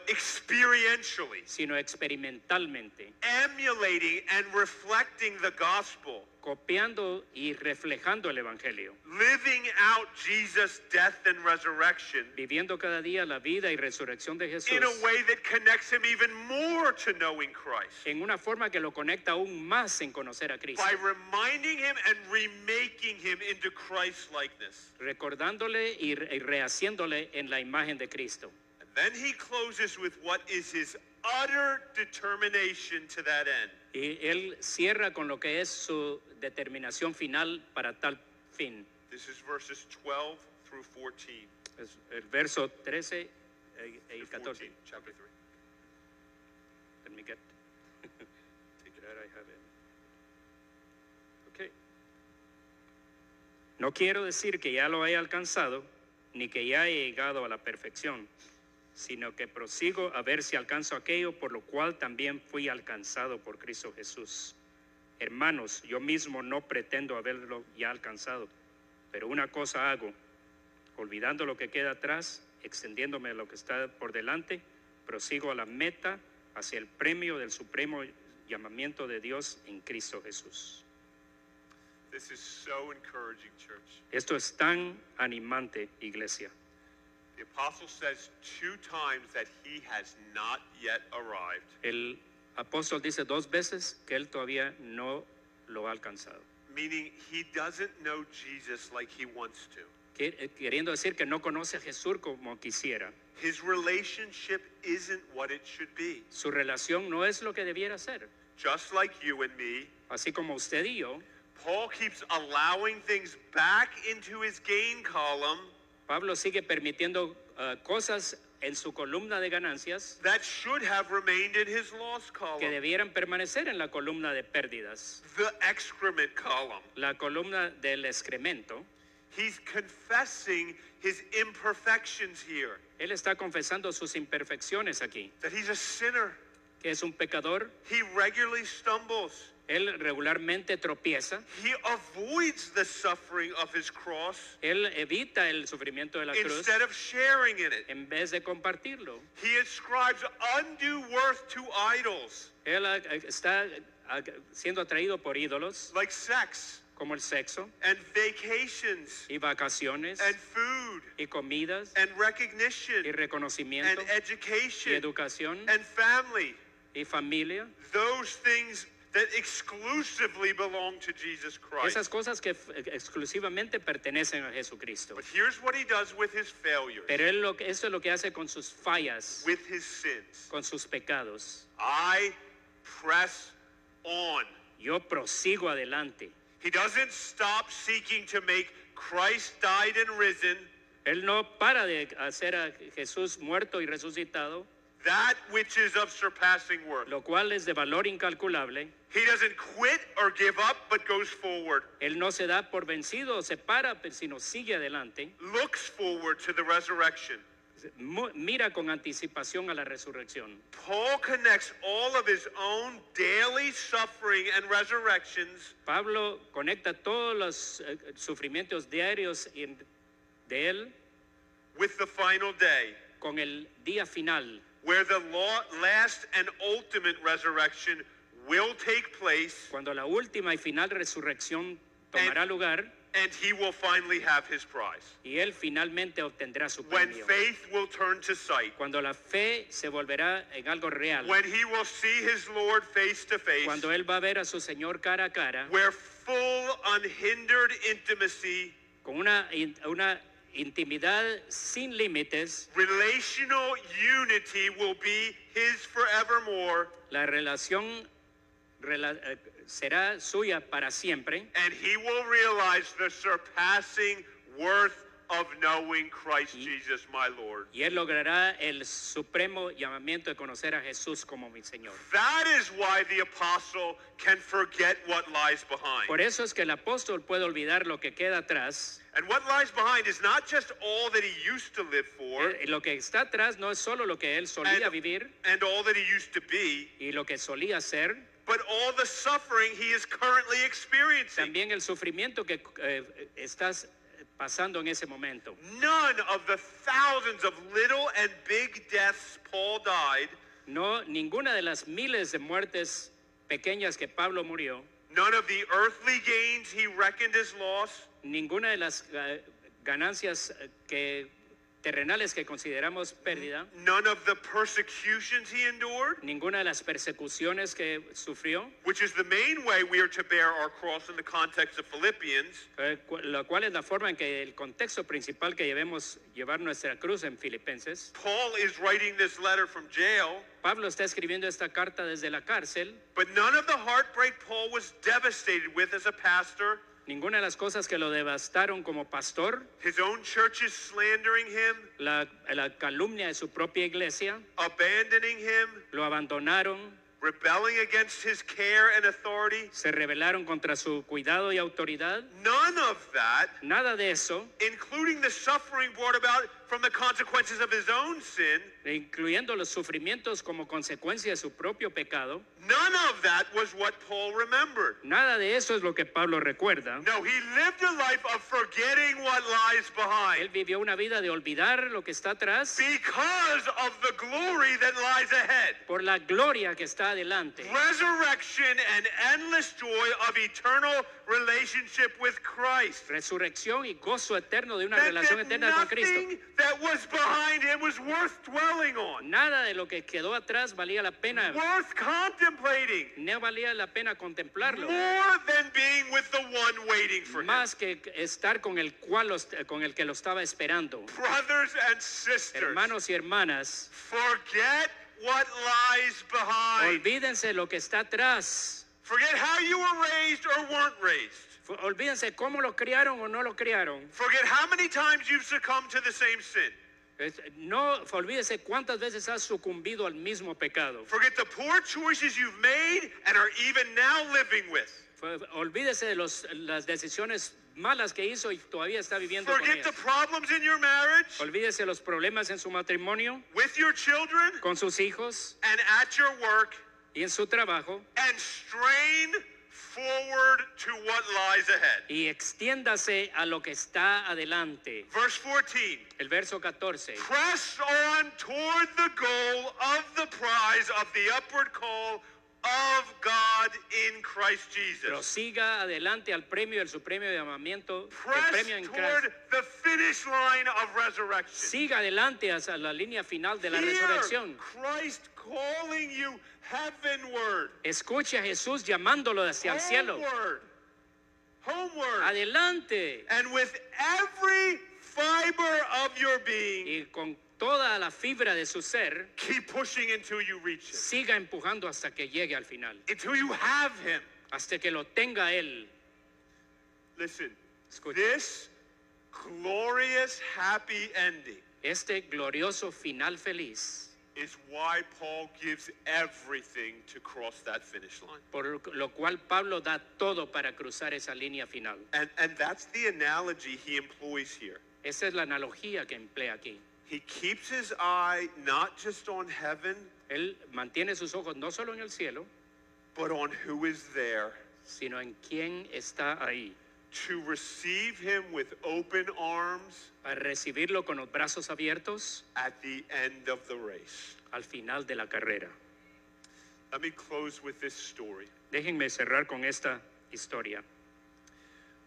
experientially, sino experimentalmente, emulating and reflecting the gospel. copiando y reflejando el Evangelio, living out Jesus' death and resurrection viviendo cada día la vida y resurrección de Jesús in a way that connects him even more to knowing Christ en una forma que lo conecta aún más en conocer a Cristo, by reminding him and remaking him into Christ's likeness. recordándole y re- y rehaciéndole en la imagen de Cristo. And then he closes with what is his utter determination to that end. Y él cierra con lo que es su determinación final para tal fin. This is verses 12 through 14. Es el verso 13 eh, y through 14. 14 chapter 3. Let me get. That I have it. Okay. No quiero decir que ya lo haya alcanzado, ni que ya he llegado a la perfección, sino que prosigo a ver si alcanzo aquello por lo cual también fui alcanzado por Cristo Jesús. Hermanos, yo mismo no pretendo haberlo ya alcanzado, pero una cosa hago, olvidando lo que queda atrás, extendiéndome a lo que está por delante, prosigo a la meta hacia el premio del supremo llamamiento de Dios en Cristo Jesús. This is so encouraging, church. Esto es tan animante, iglesia. The apostle says two times that he has not yet arrived. El apóstol dice dos veces que él todavía no lo ha alcanzado, meaning he doesn't know Jesus like he wants to. Que- eh, queriendo decir que no conoce a Jesús como quisiera. His relationship isn't what it should be. Su relación no es lo que debiera ser. Just like you and me, Así como usted y yo, Paul keeps allowing things back into his gain column Pablo sigue permitiendo eh, cosas en su columna de ganancias that should have remained in his loss que column, debieran permanecer en la columna de pérdidas, the excrement column. la columna del excremento. He's confessing his imperfections here, Él está confesando sus imperfecciones aquí, that he's a sinner. que es un pecador, He regularly stumbles. él regularmente tropieza, He avoids the suffering of his cross él evita el sufrimiento de la cruz instead of sharing in it. en vez de compartirlo. He ascribes undue worth to idols, Él ah, está ah, siendo atraído por ídolos like sex como el sexo and vacations y vacaciones and food y comidas and y recognition and reconocimiento y education educación and family. y familia. Those things that exclusively belong to Jesus Christ. Esas cosas que f- eh, exclusivamente pertenecen a Jesucristo. But here's what he does with his failures, Pero él lo, que- eso es lo que hace con sus fallas, with his sins. con sus pecados. I press on. Yo prosigo adelante. He doesn't stop seeking to make Christ died and risen Él no para de hacer a Jesús muerto y resucitado, that which is of surpassing worth. lo cual es de valor incalculable. He doesn't quit or give up, but goes forward, Él no se da por vencido o se para, pero sino sigue adelante. looks forward to the resurrection. Mu- Mira con anticipación a la resurrección. Paul connects all of his own daily suffering and resurrections Pablo conecta todos los eh, sufrimientos diarios en- de él with the final day, con el día final, where the la- last and ultimate resurrection will take place cuando la última y final resurrección tomará lugar and he will finally have his prize. y él finalmente obtendrá su When premio. faith will turn to sight, Cuando la fe se volverá en algo real, when he will see his Lord face to face, cuando él va a ver a su Señor cara a cara, where full, unhindered intimacy, con una, in- una intimidad sin límites, relational unity will be his forevermore, la relación rela- eh, será suya para siempre and he will realize the surpassing worth of knowing Christ Jesus, my Lord. y él logrará el supremo llamamiento de conocer a Jesús como mi Señor. That is why the apostle can forget what lies behind. Por eso es que el apóstol puede olvidar lo que queda atrás. And what lies behind is not just all that he used to live for Eh, Lo que está atrás no es solo lo que él solía And- vivir and all that he used to be, y lo que solía hacer, but all the suffering he is currently experiencing. también el sufrimiento que eh, estás pasando en ese momento. None of the thousands of little and big deaths Paul died, No, ninguna de las miles de muertes pequeñas que Pablo murió, none of the earthly gains he reckoned as loss, ninguna de las eh, ganancias eh, que terrenales que consideramos pérdida, none of the persecutions he endured, ninguna de las persecuciones que sufrió, which is the main way we are to bear our cross in the context of Philippians, eh, cu- lo cual es la forma en que el contexto principal que llevemos llevar nuestra cruz en Filipenses. Paul is writing this letter from jail, Pablo está escribiendo esta carta desde la cárcel. but none of the heartbreak Paul was devastated with as a pastor, Ninguna de las cosas que lo devastaron como pastor, his own churches slandering him, la, la calumnia de su propia iglesia, abandoning him, lo abandonaron, rebelling against his care and authority. se rebelaron contra su cuidado y autoridad. None of that, Nada de eso, including the suffering brought about from the consequences of his own sin, incluyendo los sufrimientos como consecuencia de su propio pecado, none of that was what Paul remembered. nada de eso es lo que Pablo recuerda. No, he lived a life of forgetting what lies Él behind vivió una vida de olvidar lo que está atrás because of the glory that lies ahead. por la gloria que está adelante. Resurrection and endless joy of eternal relationship with Christ. Resurrección y gozo eterno de una That, relación that eterna con Cristo. nothing that was behind him was worth dwelling on, Nada de lo que quedó atrás valía la pena, worth contemplating, no valía la pena contemplarlo, more than being with the one waiting for him. más que estar con el cual los- con el que lo estaba esperando. Brothers and sisters, Hermanos y hermanas, forget what lies behind. olvídense lo que está atrás. Forget how you were raised or weren't raised. F- Olvídense cómo lo criaron o no lo criaron. Forget how many times you've succumbed to the same sin. Es- No olvídense cuántas veces has sucumbido al mismo pecado. Forget the poor choices you've made and are even now living with. F- Olvídese de los- las decisiones malas que hizo y todavía está viviendo con Forget the ellas. problems in your marriage, Olvídese los problemas en su matrimonio, with your children, con sus hijos and at your work y en su trabajo. and strain forward to what lies ahead. y extiéndase a lo que está adelante. Verse 14 El verso 14. Press on toward the goal of the prize of the upward call of God in Christ Jesus. Prosiga adelante al premio del supremo llamamiento, el Press premio en Cristo. toward the finish line of resurrection. Siga adelante hasta la línea final de la Hear resurrección. Christ calling you heavenward, Escuche a Jesús llamándolo hacia el cielo. homeward, homeward, Adelante. and with every fiber of your being. Y con toda la fibra de su ser, Keep pushing until you reach him, siga empujando hasta que llegue al final. until you have him. Hasta que lo tenga él. Listen, Escuche. this glorious, happy ending Este glorioso final feliz. is why Paul gives everything to cross that finish line. por lo cual Pablo da todo para cruzar esa línea final. And, and that's the analogy he employs here. Esa es la analogía que emplea aquí. He keeps his eye not just on heaven, Él mantiene sus ojos no solo en el cielo, but on who is there sino en quién está ahí, to receive him with open arms para recibirlo con los brazos abiertos at the end of the race. al final de la carrera. Let me close with this story. Déjenme cerrar con esta historia.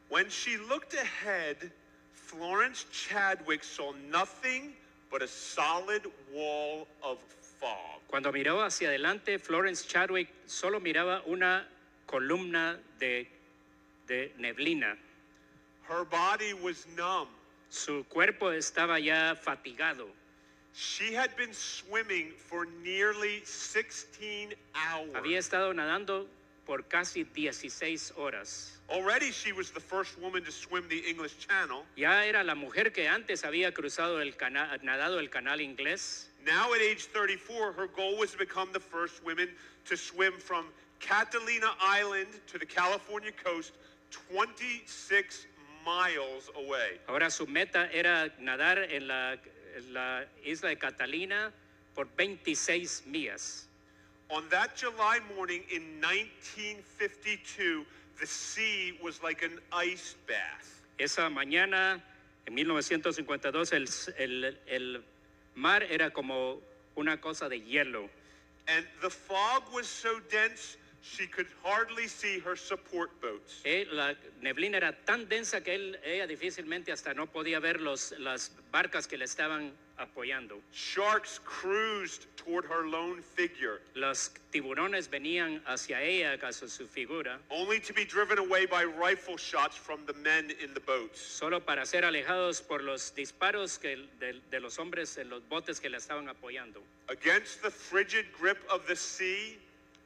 When she looked ahead, Florence Chadwick saw nothing but a solid wall of fog. Cuando miró hacia adelante, Florence Chadwick solo miraba una columna de, de neblina. Her body was numb. Su cuerpo estaba ya fatigado. She had been swimming for nearly 16 Había hours. estado nadando por casi 16 horas. Already, she was the first woman to swim the English Channel. Ya era la mujer que antes había cruzado el cana- nadado el canal inglés. Now, at age 34, her goal was to become the first woman to swim from Catalina Island to the California coast, 26 miles away. Ahora su meta era nadar en la, en la isla de Catalina por 26 millas. On that July morning in 1952, the sea was like an ice bath. Esa mañana, en 1952, el, s- el- el mar era como una cosa de hielo. And the fog was so dense, she could hardly see her support boats. Eh, la neblina era tan densa que él, ella difícilmente hasta no podía ver los, las barcas que le estaban apoyando. Sharks cruised toward her lone figure, Los tiburones venían hacia ella, hacia su figura, only to be driven away by rifle shots from the men in the boats. solo para ser alejados por los disparos que, de, de los hombres en los botes que la estaban apoyando. Against the frigid grip of the sea,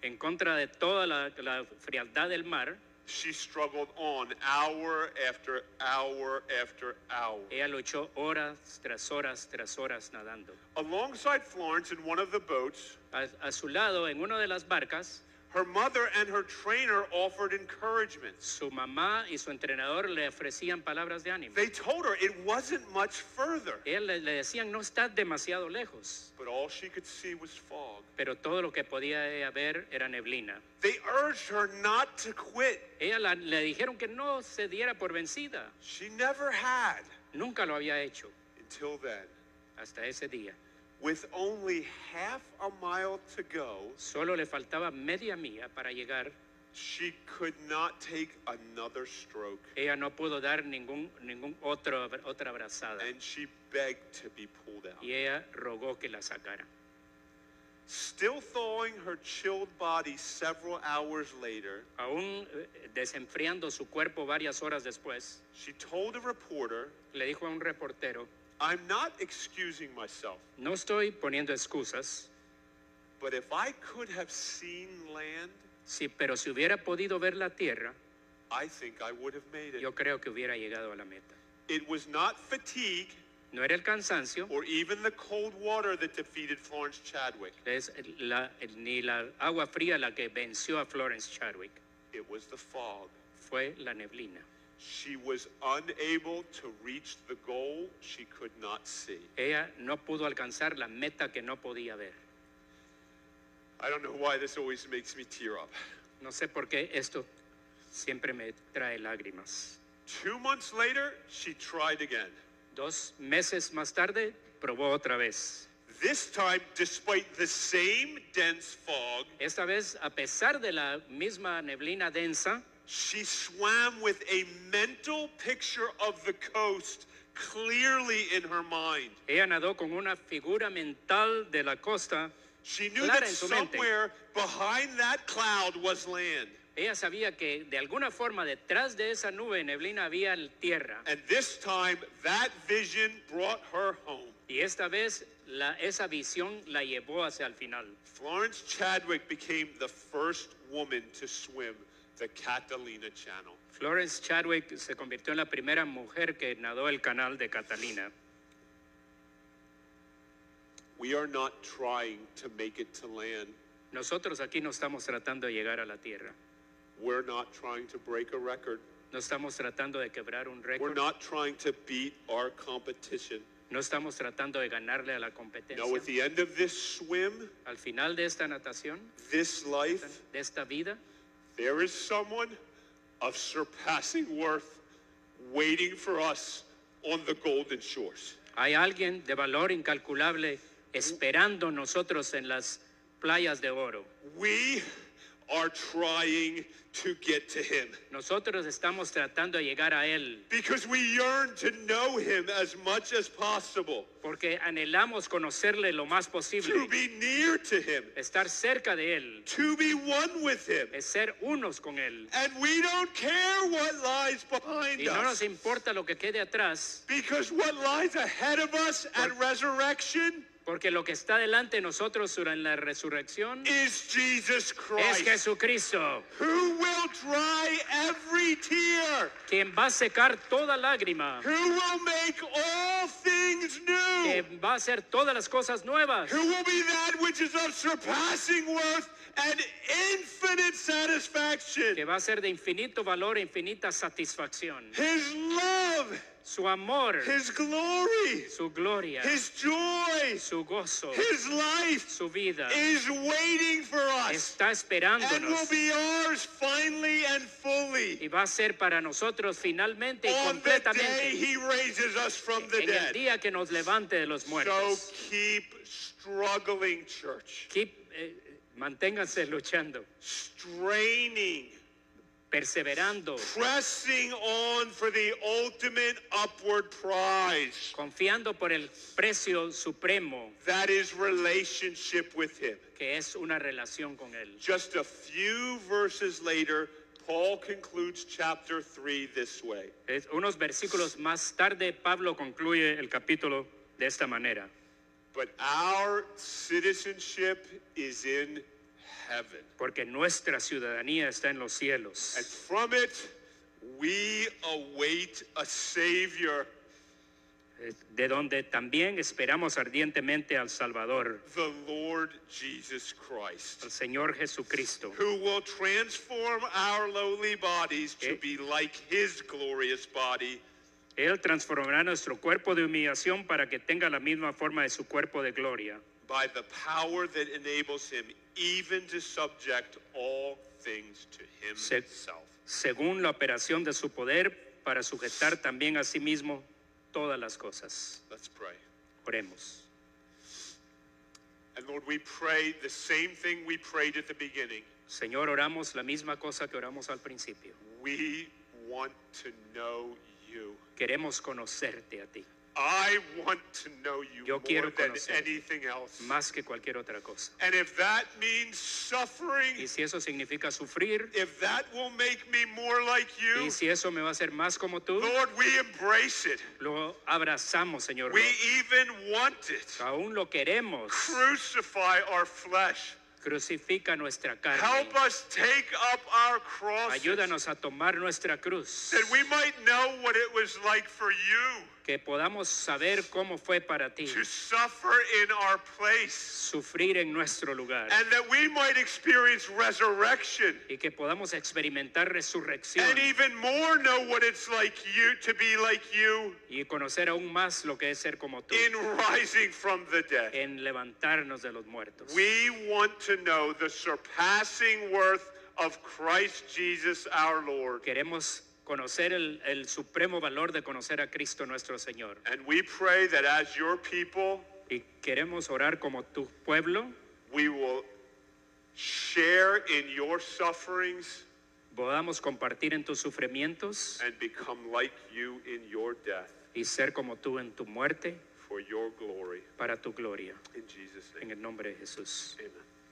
En contra de toda la, la frialdad del mar, she struggled on hour after hour after hour. ella luchó horas tras horas tras horas nadando. Alongside Florence in one of the boats, A, a su lado, en una de las barcas, her mother and her trainer offered encouragements. su mamá y su entrenador le ofrecían palabras de ánimo. They told her it wasn't much further, Él le, le decían, no estás demasiado lejos. but all she could see was fog. Pero todo lo que podía ella ver era neblina. They urged her not to quit. Ella la- le dijeron que no se diera por vencida. She never had Nunca lo había hecho until then. hasta ese día. With only half a mile to go, Solo le faltaba media milla para llegar. she could not take another stroke, Ella no pudo dar ningún, ningún otro, otra abrazada. and she begged to be pulled out. Y ella rogó que la sacaran. Still thawing her chilled body several hours later, Aún eh, desenfriando su cuerpo varias horas después, she told a reporter, le dijo a un reportero, I'm not excusing myself, no estoy poniendo excusas, but if I could have seen land, sí, pero si hubiera podido ver la tierra, I think I would have made it. yo creo que hubiera llegado a la meta. It was not fatigue No era el cansancio, or even the cold water that defeated Florence Chadwick. es la- ni la agua fría la que venció a Florence Chadwick, It was the fog. fue la neblina. She was unable to reach the goal she could not see. Ella no pudo alcanzar la meta que no podía ver. I don't know why this always makes me tear up. No sé por qué esto siempre me trae lágrimas. Two months later, she tried again. Dos meses más tarde probó otra vez. This time, despite the same dense fog, Esta vez, a pesar de la misma neblina densa, She swam with a mental picture of the coast clearly in her mind. ella nadó con una figura mental de la costa. She knew Clara that en su mente. somewhere behind that cloud was land. Ella sabía que de alguna forma detrás de esa nube de neblina había tierra. And this time, that vision brought her home. Y esta vez la- esa visión la llevó hacia el final. Florence Chadwick became the first woman to swim the Catalina Channel. Florence Chadwick se convirtió en la primera mujer que nadó el canal de Catalina. We are not trying to make it to land. Nosotros aquí no estamos tratando de llegar a la tierra. We're not trying to break a record. No estamos tratando de quebrar un We're récord. not trying to beat our competition. No estamos tratando de ganarle a No, la at competencia. the end of this swim, Al final de esta natación, this life, de esta vida, there is someone of surpassing worth waiting for us on the golden shores. hay alguien de valor incalculable esperando nosotros en las playas de oro. We are trying to get to him Nosotros estamos tratando de llegar a Él because we yearn to know him as much as possible, porque anhelamos conocerle lo más to posible, be near to him, estar cerca de Él, to be one with him. es ser unos con Él. And we don't care what lies behind Y no us. nos importa lo que quede atrás, Because what lies ahead of us at resurrection porque lo que está delante de nosotros durante la resurrección is Jesus es Christ, Jesucristo, who will dry every tear, quien va a secar toda lágrima, who will make all things new, quien va a hacer todas las cosas nuevas, who will be that which is of surpassing worth and infinite que satisfaction. va a ser de infinito valor e infinita satisfacción. His love, Su amor, His glory, su gloria, His joy, su gozo, His life su vida is waiting for us está and will esperándonos be ours finally and fully. y va a ser para nosotros finalmente y on the day completamente he raises us from the en el dead. día que nos levante de los So muertos. keep struggling, church. Keep- eh, manténganse luchando, Straining, perseverando, pressing on for the ultimate upward prize. confiando por el precio supremo That is relationship with him. que es una relación con Él. Just a few verses later, Paul concludes chapter 3 this way. Es- unos versículos más tarde, Pablo concluye el capítulo de esta manera. But our citizenship is in heaven. Porque nuestra ciudadanía está en los cielos. And from it, we await a Savior, eh, de donde también esperamos ardientemente al Salvador, the Lord Jesus al Christ, Señor Jesucristo, who will transform our lowly bodies to Eh. be like His glorious body, Él transformará nuestro cuerpo de humillación para que tenga la misma forma de su cuerpo de gloria, by the power that enables Him even to subject all things to Se- Himself. según la operación de su poder, para sujetar también a sí mismo todas las cosas. Let's pray. Oremos. And Lord, we pray the same thing we prayed at the beginning. Señor, oramos la misma cosa que oramos al principio. We want to know you. Queremos conocerte a ti, I want to know you Yo more quiero than conocerte. anything else. más que cualquier otra cosa. And if that means suffering, Y si eso significa sufrir, if that will make me more like you, Y si eso me va a hacer más como tú, Lord, we embrace it. lo abrazamos, Señor. We Lo- even want it. Aún lo queremos. Crucify our flesh. Crucifica nuestra carne. Help us take up our cross that Ayúdanos a tomar nuestra cruz. we might know what it was like for you Que podamos saber cómo fue para ti to suffer in our place sufrir en nuestro lugar. and that we might experience resurrection. Y que podamos experimentar resurrección And even more know what it's like you to be like you y conocer aún más lo que es ser como tú in rising from the dead. en levantarnos de los muertos. We want to know the surpassing worth of Christ Jesus our Lord. Queremos conocer el, el supremo valor de conocer a Cristo nuestro Señor. And we pray that as your people, Y queremos orar como tu pueblo. we will share in your sufferings podamos compartir en tus sufrimientos and become like you in your death y ser como tú en tu muerte for your glory. para tu gloria. In Jesus' En name, el nombre de Jesús. amen.